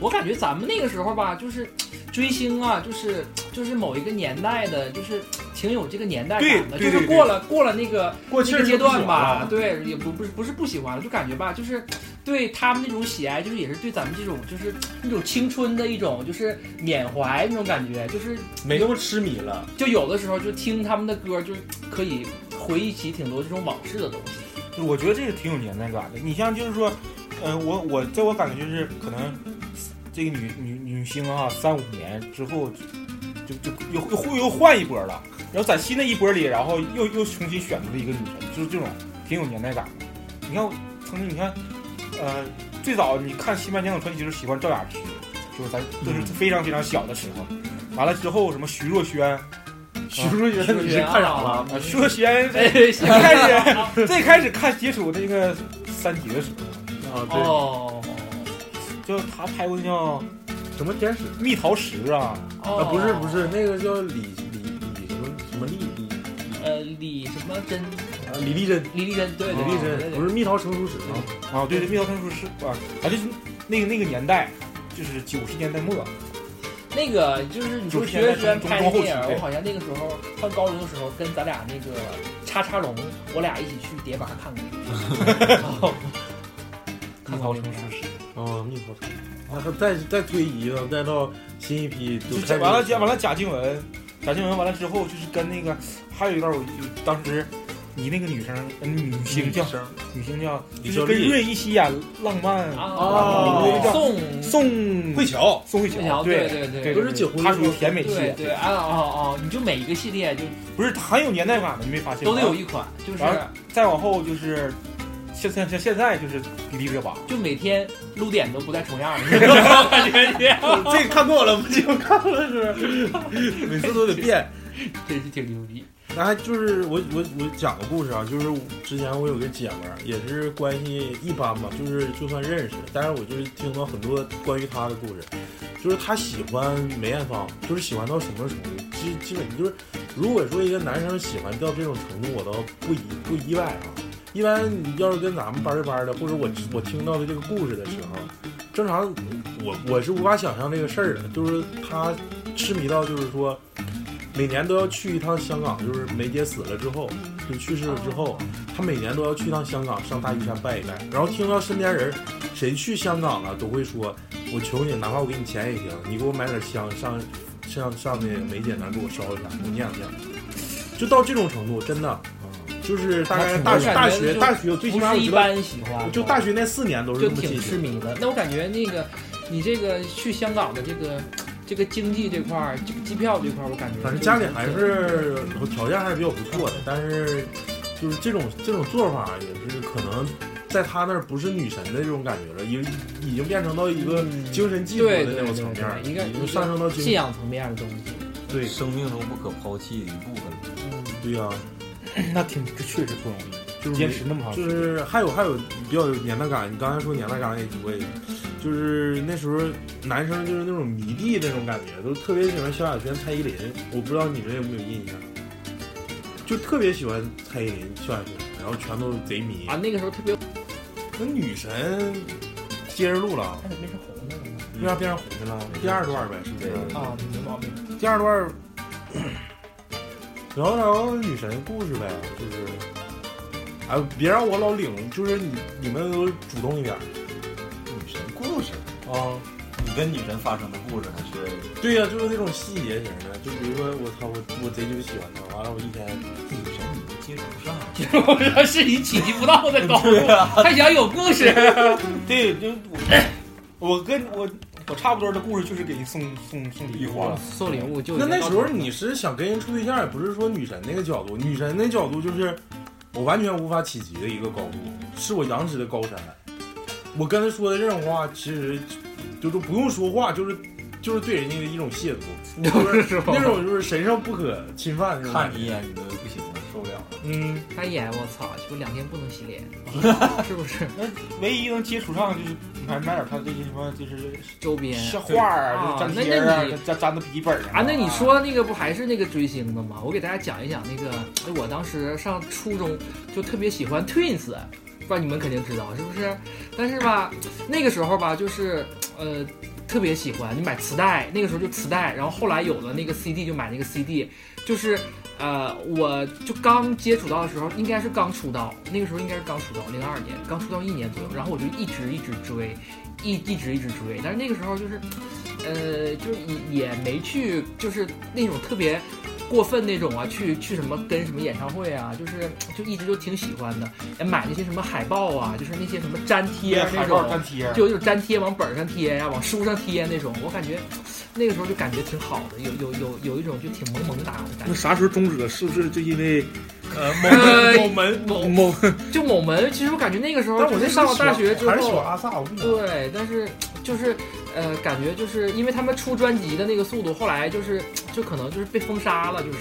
Speaker 5: 我感觉咱们那个时候吧，就是追星啊，就是就是某一个年代的，就是挺有这个年代感的，
Speaker 4: 对对
Speaker 5: 就是
Speaker 4: 对对
Speaker 5: 过了过了那个
Speaker 2: 过气
Speaker 5: 那
Speaker 2: 儿
Speaker 5: 个阶段吧，
Speaker 2: 就
Speaker 5: 对，也不不是不是不喜欢了，就感觉吧，就是对他们那种喜爱，就是也是对咱们这种就是那种青春的一种就是缅怀那种感觉，就是
Speaker 2: 没那么痴迷了。
Speaker 5: 就有的时候就听他们的歌，就是可以回忆起挺多这种往事的东西。
Speaker 4: 就是我觉得这个挺有年代感的。你像就是说，呃，我我在我感觉就是可能这个女女女星啊，三五年之后就就就又又又换一波了，然后在新的一波里，然后又又重新选出了一个女神，就是这种挺有年代感的。你看，曾经你看，呃，最早你看《新白娘子传奇》时候喜欢赵雅芝，就是咱都是非常非常小的时候。完了之后，什么徐若瑄啊，
Speaker 2: 徐若瑄，你是看啥了？
Speaker 4: 徐若瑄
Speaker 5: 哎
Speaker 4: 这，最开始最开始看接触那个三级的时候，
Speaker 2: 啊， 对，
Speaker 5: 哦
Speaker 4: 就她拍过那叫《
Speaker 2: 什么天使？
Speaker 4: 蜜桃石》啊，
Speaker 5: 哦
Speaker 2: 啊，不是不是，那个叫李李李什么什么丽丽
Speaker 5: 呃，李什么真，
Speaker 2: 啊李丽珍，
Speaker 5: 李丽珍，对，
Speaker 2: 李
Speaker 5: 对
Speaker 2: 丽
Speaker 5: 对
Speaker 2: 珍
Speaker 5: 对
Speaker 2: 不是蜜桃成熟时吗？
Speaker 4: 啊，对对，《蜜桃成熟是啊，反正就是那个那个年代，就是九十年代末，
Speaker 5: 那个就是你说
Speaker 4: 就是
Speaker 5: 徐
Speaker 4: 现在
Speaker 5: 若瑄
Speaker 4: 中
Speaker 5: 拍
Speaker 4: 中
Speaker 5: 的
Speaker 4: 后期
Speaker 5: 电影，
Speaker 4: 对
Speaker 5: 我好像那个时候上高中的时候跟咱俩那个叉叉龙，我俩一起去迪吧看过，然后
Speaker 4: 蜜
Speaker 5: 看
Speaker 4: 桃
Speaker 5: 过
Speaker 4: 成
Speaker 5: 那个
Speaker 4: 熟是。
Speaker 5: 嗯
Speaker 2: 啊，蜜桃成熟。那还再再推移了，再到新一批都
Speaker 4: 就
Speaker 2: 开
Speaker 4: 贾
Speaker 2: 始
Speaker 4: 完了，贾完了，贾静雯，贾静雯完了之后，就是跟那个还有一段，我就当时你那个女生，呃女星叫女星叫，
Speaker 2: 李
Speaker 4: 就是
Speaker 2: 孝
Speaker 4: 跟
Speaker 2: 利
Speaker 4: 瑞一起演《浪漫》
Speaker 5: 啊
Speaker 4: 那个
Speaker 5: 宋
Speaker 4: 叫宋
Speaker 7: 慧 乔，
Speaker 4: 宋慧
Speaker 5: 宋乔，
Speaker 4: 乔，
Speaker 5: 对
Speaker 4: 对
Speaker 5: 对
Speaker 4: 对，
Speaker 2: 都是结婚
Speaker 4: 她
Speaker 2: 了
Speaker 4: 属于
Speaker 2: 吗
Speaker 4: 甜美系
Speaker 5: 对
Speaker 4: 列，
Speaker 5: 对，啊哦哦，你就每一个系列就
Speaker 4: 不是她很有年代感的，你没发现吗？
Speaker 5: 都得有一款，就是
Speaker 4: 然后再往后就是。现在像现在就是迪丽热巴，
Speaker 5: 就每天撸点都不带重样的，你知道 吗感觉
Speaker 7: 这个看过了不就？
Speaker 2: 每次都得变。
Speaker 5: 真是挺牛逼。
Speaker 2: 那还就是我我我讲个故事啊，就是之前我有个姐们儿，也是关系一般吧，就是就算认识，但是我就是听到很多关于她的故事，就是她喜欢梅艳芳，就是喜欢到什么程度，基基本就是，如果说一个男生喜欢到这种程度，我倒不意不意外啊。一般你要是跟咱们班儿班儿的，或者我我听到的这个故事的时候，正常我我是无法想象这个事儿的，就是他痴迷到就是说。每年都要去一趟香港，就是梅姐死了之后，就去世了之后，她每年都要去一趟香港，上大屿山拜一拜。然后听到身边人谁去香港了，都会说：“我求你，哪怕我给你钱也行，你给我买点香，上上上那个梅姐那儿给我烧一下，我念想念。”就到这种程度，真的，就是大概大学大学大学，最起
Speaker 5: 不
Speaker 2: 码我
Speaker 5: 是
Speaker 2: 知
Speaker 5: 一
Speaker 2: 道，
Speaker 5: 般喜欢，
Speaker 2: 就大学那四年都是
Speaker 5: 就
Speaker 2: 这么
Speaker 5: 挺
Speaker 2: 进
Speaker 5: 痴
Speaker 2: 行。
Speaker 5: 迷的。那我感觉那个你这个去香港的这个这个经济这块儿，这个机票这块儿，我感觉
Speaker 2: 反正家里还是条件还是比较不错的，但是就是这种这种做法也是可能在他那儿不是女神的这种感觉了，已已经变成到一个精神寄托
Speaker 5: 嗯对
Speaker 2: 的
Speaker 5: 对
Speaker 2: 那
Speaker 5: 对
Speaker 2: 种层面儿，
Speaker 5: 对，一个
Speaker 2: 已经嗯上升到精
Speaker 5: 信仰层面的东西。
Speaker 2: 对
Speaker 6: 生命中不可抛弃的一部分。
Speaker 5: 嗯，
Speaker 2: 对啊呀、
Speaker 4: 那挺确实不容易，
Speaker 2: 就是
Speaker 4: 坚持那么
Speaker 5: 啊
Speaker 4: 长时
Speaker 2: 就
Speaker 4: 间。
Speaker 2: 是还有还有比较有年代感，你刚才说年代感也我也，就是那时候男生就是那种迷弟那种感觉，都特别喜欢萧亚轩、蔡依林，我不知道你们有没有印象，就特别喜欢蔡依林、萧亚轩，然后全都贼迷
Speaker 5: 啊，那个时候特别，
Speaker 2: 那女神接着录了，嗯
Speaker 5: 那怎么变成红的了呢？
Speaker 2: 为啥变成红的了？第二段呗，是不是？
Speaker 5: 啊，没毛病。
Speaker 2: 第二段儿，聊聊女神故事呗，就是，哎，别让我老领，就是你你们都主动一点儿
Speaker 6: 女神故事，
Speaker 2: 啊。
Speaker 6: 你跟女神发生的故事还是
Speaker 2: 对呀、就是那种细节型的，就比如说我操，我我贼就喜欢她，完了我一天
Speaker 6: 女神你都接触不上，
Speaker 5: 我说是你企及不 到的高度，
Speaker 2: 啊
Speaker 5: 还想有故事？
Speaker 4: 啊对，就我我跟我我差不多的故事就是给送送送礼花，
Speaker 5: 送礼物就
Speaker 2: 那那时候你是想跟人处对象，也不是说女神那个角度，女神那角度就是我完全无法企及的一个高度，是我仰止的高山。我跟她说的这种话，其实就就是不用说话，就是就是对人家的一种亵渎，就是那种就是神圣不可侵犯的那种
Speaker 6: 看
Speaker 2: 感
Speaker 6: 你一
Speaker 2: 觉。
Speaker 6: 眼你都不行了，受不了了。
Speaker 2: 嗯，
Speaker 5: 哎呀，我操，就两天不能洗 脸，是不是？
Speaker 4: 唯一能接触上就是买买点他这些什么就是
Speaker 5: 周边
Speaker 4: 像画儿
Speaker 5: 啊
Speaker 4: 啊，就是
Speaker 5: 那
Speaker 4: 粘贴
Speaker 5: 那
Speaker 4: 啊
Speaker 5: 你，
Speaker 4: 粘粘的笔记本
Speaker 5: 啊，那你说那个不还是那个追星的吗？我给大家讲一讲那个，哎我当时上初中就特别喜欢 Twins，不知道你们肯定知道是不是？但是吧，那个时候吧，就是呃特别喜欢，你买磁带，那个时候就磁带，然后后来有了那个 CD 就买那个 CD，就是。呃，我就刚接触到的时候，应该是刚出道，那个时候应该是刚出道，零二年刚出道一年左右，然后我就一直一直追，一一直一直追，但是那个时候就是呃，就是也也没去，就是那种特别过分那种啊，去去什么跟什么演唱会啊，就是就一直就挺喜欢的，也买那些什么海报啊，就是那些什么粘贴
Speaker 4: 贴
Speaker 5: 啊那
Speaker 4: 海
Speaker 5: 种
Speaker 4: 报，粘贴，
Speaker 5: 就有种粘贴往本儿上贴呀、往书上贴那种，我感觉那个时候就感觉挺好的，有有有有一种就挺萌萌哒的
Speaker 7: 那
Speaker 5: 感觉。
Speaker 7: 啥时候终止的？是不是就因为
Speaker 2: 呃，某门
Speaker 5: 呃
Speaker 2: 某门
Speaker 5: 某
Speaker 4: 某
Speaker 5: 就某门，其实我感觉那个时候，
Speaker 2: 但我
Speaker 5: 就是是上了大学之
Speaker 2: 还是喜欢
Speaker 5: 后，
Speaker 2: 阿萨，我不懂。
Speaker 5: 对，但是就是呃，感觉就是因为他们出专辑的那个速度，后来就是就可能就是被封杀了，就是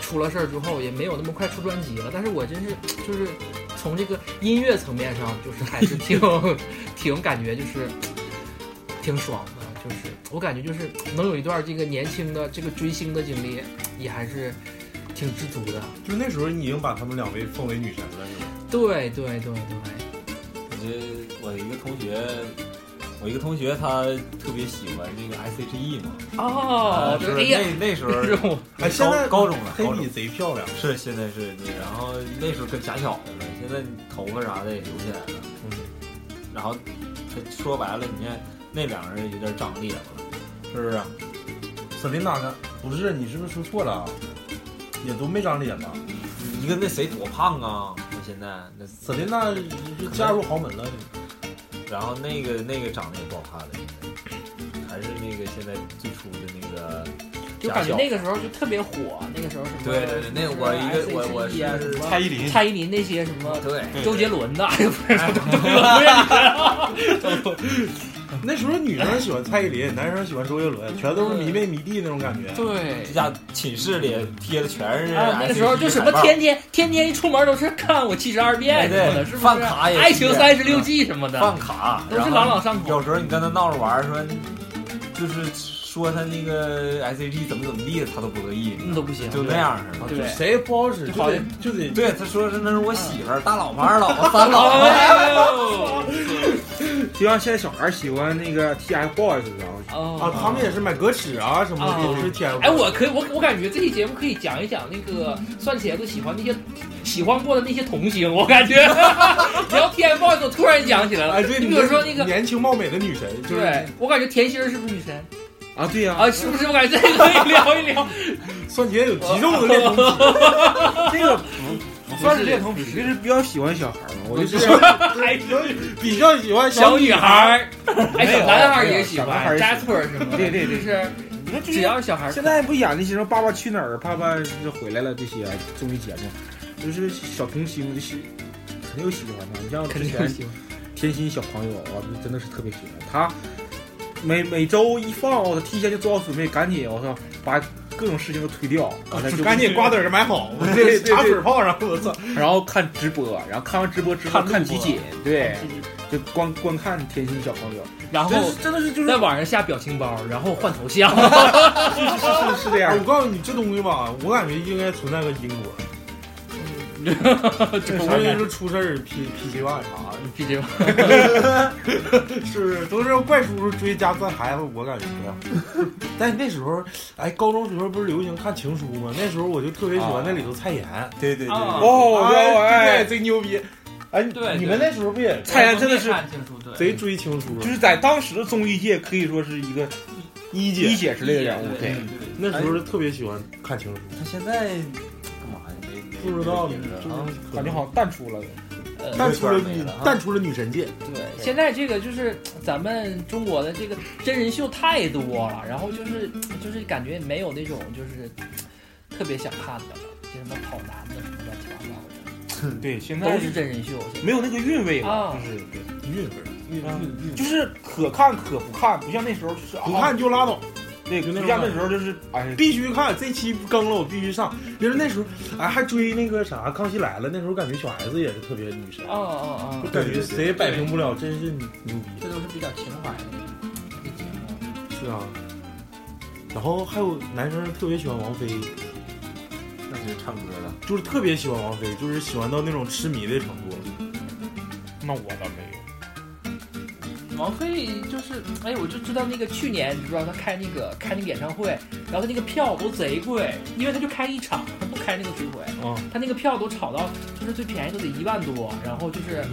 Speaker 5: 出了事儿之后也没有那么快出专辑了。但是我真是就是从这个音乐层面上，就是还是 挺挺感觉就是挺爽的。就是我感觉就是能有一段这个年轻的这个追星的经历，也还是挺知足的。
Speaker 2: 就那时候你已经把他们两位奉为女神了，是吗？
Speaker 5: 对对对对，
Speaker 8: 我觉得我一个同学，我一个同学他特别喜欢这个 SHE E 嘛，
Speaker 5: 哦，
Speaker 8: 呃就是
Speaker 5: 哎呀，
Speaker 8: 那 那时候
Speaker 5: 这是我
Speaker 2: 哎，现在
Speaker 8: 高高中了，
Speaker 2: 黑
Speaker 8: 高中
Speaker 2: 米贼漂亮，
Speaker 8: 是现在是对，然后那时候跟假小子了，现在头发啥的也留起来了，然后他说白了，你看那两个人有点长裂了，是不啊是？
Speaker 2: 瑟琳娜呢？不是，你是不是说错了啊？也都没长脸吧？
Speaker 8: 一个那谁多胖啊！我现在那，
Speaker 2: 瑟琳娜是嫁入豪门了，
Speaker 8: 然后那个那个长得也不好看了，还是那个现在最初的那个
Speaker 5: 就
Speaker 8: 假
Speaker 5: 感觉
Speaker 8: 小
Speaker 5: 那个时候就特别火，那个时候什么
Speaker 8: 对对对，那我一个我我是
Speaker 5: 蔡
Speaker 9: 依林
Speaker 5: 蔡依林那些 E 啊什么
Speaker 8: 对，
Speaker 5: 周杰伦的，哎呦不是不 是
Speaker 2: 那时候女生喜欢蔡依 林，男生喜欢周杰伦，全都是迷妹迷弟那种感觉。
Speaker 5: 对
Speaker 8: 这。家寝室里贴的全是
Speaker 5: 啊，那个时候就什么
Speaker 8: SHE
Speaker 5: 天天天天一出门都是看我七十二变什
Speaker 8: 哎对
Speaker 5: 么的，是不
Speaker 8: 饭
Speaker 5: 是？
Speaker 8: 卡也是
Speaker 5: 爱情三十六计什么
Speaker 8: 海报饭
Speaker 5: 的，
Speaker 8: 卡，
Speaker 5: 都是
Speaker 8: 然
Speaker 5: 朗
Speaker 8: 后
Speaker 5: 朗上口。
Speaker 8: 有时候你跟他闹着玩儿说，就是说他那个 SHE 怎么怎么地的，他都不乐意，
Speaker 5: 嗯那都不行，
Speaker 8: 就那样似的。
Speaker 5: 对
Speaker 2: 就谁也不好使，
Speaker 5: 就
Speaker 2: 就
Speaker 5: 好
Speaker 2: 得就得
Speaker 8: 对，他说是那是我媳妇儿，大老婆、二老 婆、三老婆。
Speaker 5: 哎 呦
Speaker 4: 就像现在小孩喜欢那个 TFBOYS 啊，
Speaker 2: 啊，
Speaker 5: 哦，
Speaker 2: 他们也是买格尺啊什么
Speaker 5: 啊
Speaker 2: 的，都是天赋。
Speaker 5: 哎，我可以，我我感觉这期节目可以讲一讲那个蒜茄子喜欢那些喜欢过的那些童星，我感觉 聊 TFBOYS 我突然想起来了，
Speaker 2: 哎，对，
Speaker 5: 你比如说那个。
Speaker 2: 年轻貌美的女神，就是
Speaker 5: 对，我感觉甜心儿是不是女神
Speaker 4: 啊对呀、
Speaker 5: 啊？是不是？我感觉这个可以聊一 聊。
Speaker 2: 算起来有极重的恋童 癖，
Speaker 4: 这个不不算是恋童癖，就是比较喜欢小孩嘛。我就
Speaker 5: 不是
Speaker 4: 是
Speaker 2: 比较喜欢
Speaker 5: 小女
Speaker 2: 女
Speaker 5: 孩儿， 哎，小男孩儿也喜
Speaker 4: 小男孩
Speaker 5: 欢
Speaker 4: 儿也喜欢
Speaker 5: ，Jasper 什么的，
Speaker 4: 对对
Speaker 5: 就
Speaker 4: 对
Speaker 5: 是
Speaker 4: 你看，就
Speaker 5: 只
Speaker 4: 是
Speaker 5: 要是小孩儿可爱。
Speaker 4: 现在不演那些什么《爸爸去哪儿》《爸爸就回来了》这些啊综艺节目，就是小童星就是肯定有喜欢的。你像之前天心小朋友啊，真的是特别喜欢他。每每周一放，我操，提前就做好准备，赶紧我操，把各种事情都推掉，完了 就
Speaker 2: 赶紧瓜子儿买好，我
Speaker 4: 对对 对
Speaker 2: 茶水泡上，我操！
Speaker 4: 然后看直播，然后看完直播之后
Speaker 2: 看录
Speaker 4: 看
Speaker 2: 播
Speaker 4: 集锦，对，就观观看天心小朋友，
Speaker 5: 然
Speaker 4: 真
Speaker 5: 后
Speaker 4: 是真的是就是
Speaker 5: 在网上下表情包，然后换头像。
Speaker 4: 是是是这样
Speaker 2: 哎我，告诉你，这东西吧，我感觉应该存在个因果，我跟你说出事儿脾脾气外啥的。
Speaker 5: 毕竟
Speaker 2: 是都是怪叔叔追家算孩子，我感觉不样。但那时候，哎，高中时候不是流行看情书吗？那时候我就特别喜欢那里头蔡妍，
Speaker 8: 对对对，
Speaker 5: 啊
Speaker 4: 哦，
Speaker 2: 哎
Speaker 4: 对
Speaker 2: 对
Speaker 4: 哎
Speaker 2: 不对，，贼牛逼。哎，
Speaker 5: 对
Speaker 2: 你们那时候不也
Speaker 4: 蔡妍真的是
Speaker 5: 看清楚，对，
Speaker 2: 贼追情书？
Speaker 4: 就是在当时的综艺界可以说是一个
Speaker 2: 一
Speaker 4: 一
Speaker 2: 姐
Speaker 4: 姐之类的人物，
Speaker 5: 对
Speaker 4: 对，嗯
Speaker 2: 那时候特别喜欢看情书，
Speaker 8: 他现在干嘛呀？没没
Speaker 2: 不知道
Speaker 8: 没
Speaker 2: 呢
Speaker 8: 影了，啊
Speaker 2: 就是
Speaker 4: 感觉好像淡出了。
Speaker 2: 淡出了
Speaker 8: 没
Speaker 2: 女
Speaker 8: 了啊
Speaker 2: 淡出了女神界，
Speaker 5: 对，现在这个就是咱们中国的这个真人秀太多了，然后就是就是感觉没有那种就是特别想看的了，就什么跑男的什么乱七八糟
Speaker 4: 对，现
Speaker 5: 的，
Speaker 4: 在
Speaker 5: 都是真人秀。现在
Speaker 4: 没有那个韵味了
Speaker 5: 啊，
Speaker 4: 就是对
Speaker 2: 韵味儿，韵
Speaker 4: 啊
Speaker 2: 韵韵，
Speaker 4: 就是可看可不看，不像那时候就是
Speaker 2: 不
Speaker 4: 啊
Speaker 2: 看就拉倒，
Speaker 4: 对，
Speaker 2: 就那种
Speaker 4: 不像那时候就是哎，
Speaker 2: 必须看。这期不更了，我必须上。因为那时候，哎，还追那个啥《康熙来了》，那时候感觉小孩子也是特别女神
Speaker 5: 啊啊啊
Speaker 2: 我！感觉谁也摆平不了，真是牛逼。
Speaker 5: 这都是比较情怀的一个节目。
Speaker 2: 是啊，然后还有男生特别喜欢王菲，
Speaker 8: 那就唱歌了。
Speaker 2: 就是特别喜欢王菲，就是喜欢到那种痴迷的程度。
Speaker 4: 那我倒没有。
Speaker 5: 王菲就是，哎，我就知道那个去年，你知道她开那个开那个演唱会，然后她那个票都贼贵，因为她就开一场，她不开那个巡回，
Speaker 2: 嗯
Speaker 5: 她那个票都炒到就是最便宜都得一万多，然后就是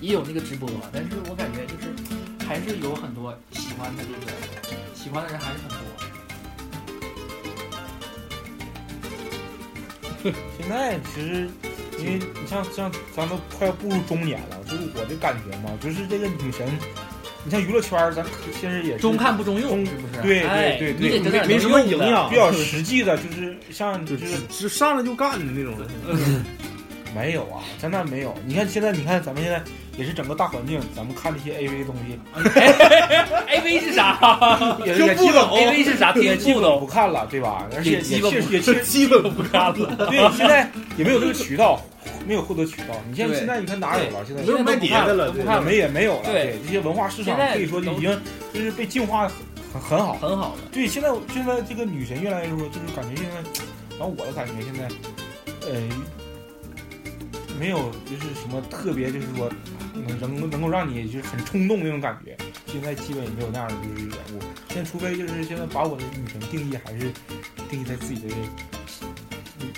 Speaker 5: 也有那个直播，但是我感觉就是还是有很多喜欢她这个喜欢的人还是很多。
Speaker 4: 现在其实，因为你像像咱都快要步入中年了，就是我的感觉嘛，就是这个女神你像娱乐圈儿，咱现在也是
Speaker 5: 中看不中用，
Speaker 4: 中
Speaker 5: 是不是？
Speaker 4: 对对
Speaker 5: 哎
Speaker 4: 对
Speaker 5: 你
Speaker 4: 对
Speaker 5: 得整点
Speaker 4: 没
Speaker 5: 能
Speaker 4: 什么
Speaker 5: 用的
Speaker 4: 营养，比较实际的，就是像就
Speaker 2: 就是就上来就干的那种。
Speaker 4: 没有啊，真的没有。你看现在，你看咱们现在也是整个大环境，咱们看这些 A V 东 西，
Speaker 5: A V 是啥？
Speaker 4: 也
Speaker 5: 听
Speaker 4: 也
Speaker 5: 不
Speaker 4: 基
Speaker 5: 懂
Speaker 4: 本
Speaker 5: A V 是啥？
Speaker 4: 也
Speaker 5: 听
Speaker 4: 基
Speaker 5: 不
Speaker 4: 本不
Speaker 5: 懂，
Speaker 4: 看了，对吧？而且也
Speaker 5: 基
Speaker 4: 确
Speaker 5: 本
Speaker 4: 实也确
Speaker 2: 基本不干了，
Speaker 4: 对，现在 也没有这个渠道，没有获得渠道。你像
Speaker 5: 对
Speaker 4: 现在你看哪 有了？现在
Speaker 2: 没有卖碟的了，对
Speaker 4: 我们也没有了。
Speaker 5: 对
Speaker 4: 这些文化市场
Speaker 5: 现在
Speaker 4: 可以说就已经就是被净化得很很很好。
Speaker 5: 很好的。
Speaker 4: 对，现在我现在这个女神越来越弱，就是感觉现在，然后我的感觉现在，呃，没有就是什么特别，就是说能能能够让你就是很冲动那种感觉。现在基本也没有那样的就是人物，现在除非就是现在把我的女神定义还是定义在自己的嗯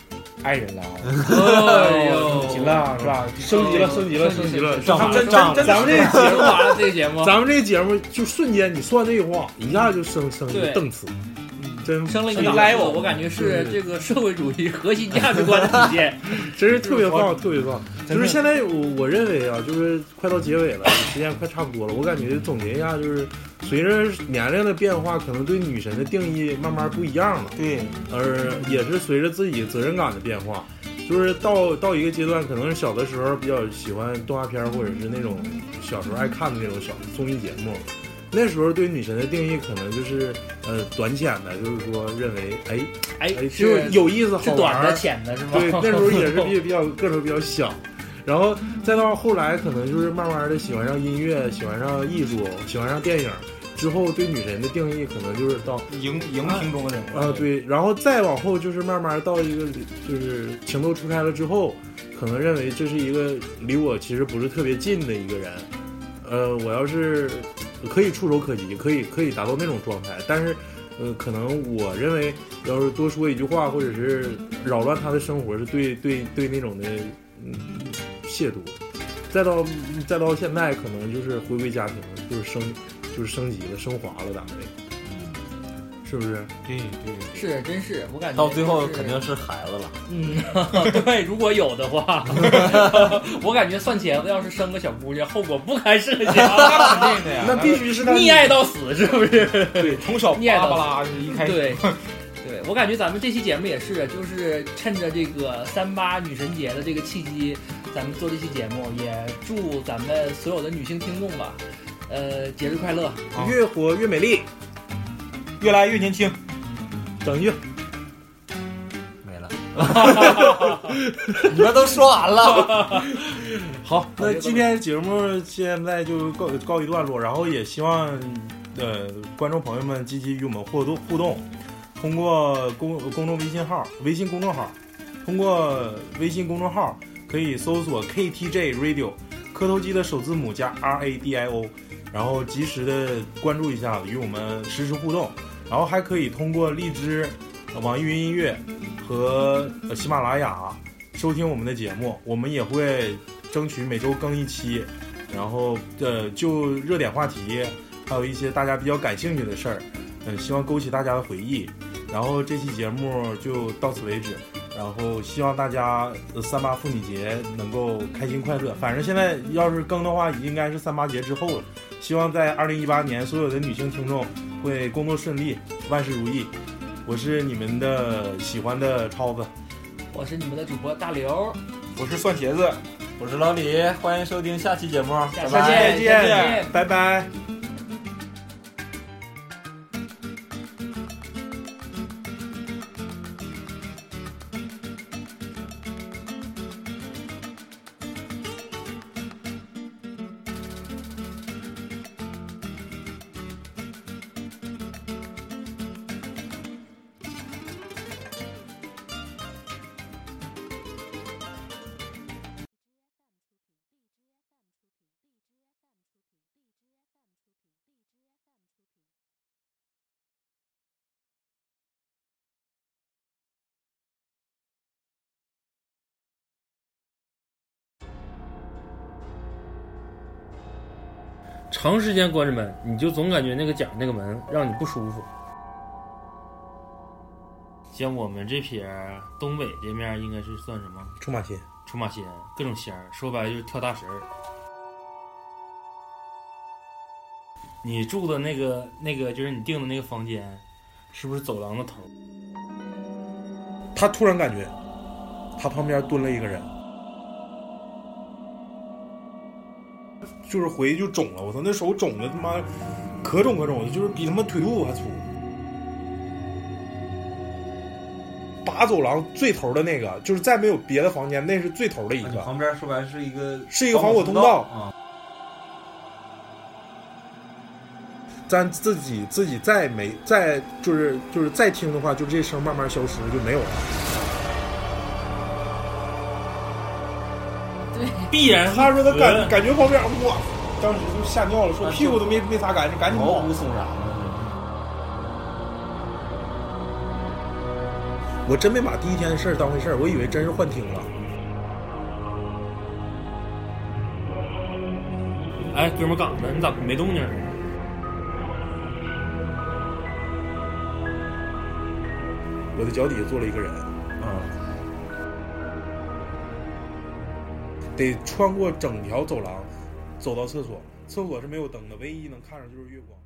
Speaker 4: 爱人了啊，
Speaker 5: 哎
Speaker 4: 母亲了啊是吧？
Speaker 2: 升级了，升级了，
Speaker 5: 升
Speaker 2: 升
Speaker 5: 级
Speaker 2: 级
Speaker 5: 了
Speaker 2: 了，
Speaker 5: 涨
Speaker 2: 涨
Speaker 5: 了
Speaker 2: 了，
Speaker 5: 涨
Speaker 2: 涨
Speaker 5: 了
Speaker 2: 了。咱们这
Speaker 5: 这个节目完了，这个节 目
Speaker 2: 咱们这节目就瞬间，你算这一晃，一下就升升一
Speaker 5: 对
Speaker 2: 个档次，真
Speaker 5: 生了一个哎
Speaker 2: 真是
Speaker 5: 档次，我感觉是这个社会主义核心价值观的体现。
Speaker 2: 真是特别棒，特别棒。
Speaker 4: 真
Speaker 2: 就
Speaker 4: 的
Speaker 2: 是现在我我认为啊，就是快到结尾了，时间快差不多了。我感觉总结一下，就是随着年龄的变化，可能对女神的定义慢慢不一样了，
Speaker 4: 对，
Speaker 2: 而也是随着自己责任感的变化。就是到到一个阶段，可能是小的时候比较喜欢动画片儿，或者是那种小时候爱看的那种小综艺节目。那时候对女神的定义可能就是，呃，短浅的，就是说认为，哎，
Speaker 5: 哎，
Speaker 2: 哎，就是
Speaker 5: 是
Speaker 2: 有意思，好
Speaker 5: 是
Speaker 2: 玩
Speaker 5: 短
Speaker 2: 儿
Speaker 5: 的、浅的，是吗？
Speaker 2: 对，那时候 也是比比较个头比较小，然后再到后来，可能就是慢慢的喜欢上音乐，喜欢上艺术，喜欢上电影，之后对女神的定义可能就是到
Speaker 4: 荧荧屏中的人物
Speaker 2: 啊、对，然后再往后就是慢慢到一个就是情窦初开了之后，可能认为这是一个离我其实不是特别近的一个人，呃，我要是可以触手可及，可以可以达到那种状态，但是。呃，可能我认为，要是多说一句话，或者是扰乱他的生活，是对对对那种的嗯亵渎。再到再到现在，可能就是回归家庭了，就是升就是升级了，升华了，咱们这个，是不是？
Speaker 4: 对对对，
Speaker 5: 是，真是，我感觉
Speaker 8: 到最后
Speaker 5: 就是
Speaker 8: 肯定是孩子了。
Speaker 5: 嗯，对，如果有的话，我感觉蒜茄子要是生个小姑娘，后果不堪设 想，
Speaker 4: 那肯定的哎呀，
Speaker 2: 那必须是他
Speaker 5: 溺爱到死，是不是？
Speaker 4: 对，从小
Speaker 5: 念叨
Speaker 4: 巴巴拉是一开始
Speaker 5: 对，对，我感觉咱们这期节目也是，就是趁着这个三八女神节的这个契机，咱们做这期节目，也祝咱们所有的女性听众吧，呃，节日快乐，
Speaker 2: 越活越美丽。
Speaker 4: 越来越年轻。
Speaker 2: 整一句，
Speaker 8: 没了，你们都说完了，
Speaker 2: 好，那今天节目现在就告告一段落，然后也希望呃观众朋友们积极与我们互动互动，通过公公众微信号、微信公众号，通过微信公众号可以搜索 KTJ Radio，磕头机的首字母加 R A D I O，然后及时的关注一下，与我们实时互动，然后还可以通过荔枝、呃网易云音乐和呃喜马拉雅收听我们的节目，我们也会争取每周更一期，然后呃就热点话题，还有一些大家比较感兴趣的事儿，嗯、希望勾起大家的回忆。然后这期节目就到此为止，然后希望大家呃三八妇女节能够开心快乐。反正现在要是更的话，应该是三八节之后了。希望在二零一八年，所有的女性听众会工作顺利，万事如意。我是你们的喜欢的超子，
Speaker 5: 我是你们的主播大刘，
Speaker 4: 我是蒜茄子，
Speaker 8: 我是老李，欢迎收听下期节目，拜拜。
Speaker 5: 下期见，
Speaker 4: 见
Speaker 5: 下期见。
Speaker 2: 拜拜。
Speaker 10: 长时间关着门，你就总感觉那个假那个门让你不舒服。像我们这撇儿东北这面儿应该是算什么？
Speaker 11: 出马仙。
Speaker 10: 出马仙，各种仙儿，说白了就是跳大神儿。你住的那个那个就是你订的那个房间，是不是走廊的头？
Speaker 2: 他突然感觉，他旁边蹲了一个人，就是回去就肿了。我操，那手肿的他妈可肿可肿的，就是比他妈腿肚子还粗。把走廊最头的那个，就是再没有别的房间，那是最头的一
Speaker 4: 你
Speaker 2: 个，
Speaker 4: 旁边说白了是一个
Speaker 2: 是一个防火通道
Speaker 4: 啊，
Speaker 2: 咱自己自己再没再就是就是再听的话，就这声慢慢消失就没有了。
Speaker 10: 必然
Speaker 2: 他说他感
Speaker 10: 嗯
Speaker 2: 感觉旁边哇，当时就吓尿了，说屁股都没没擦干净，赶紧
Speaker 4: 啊毛
Speaker 2: 跑
Speaker 4: 骨。悚然的。
Speaker 2: 我真没把第一天的事儿当回事儿，我以为真是幻听了。
Speaker 10: 哎，哥们儿杠子，你咋没动静儿？啊
Speaker 2: 我的脚底下坐了一个人，
Speaker 4: 嗯，
Speaker 2: 嗯得穿过整条走廊，走到厕所。厕所是没有灯的，唯一能看着就是月光。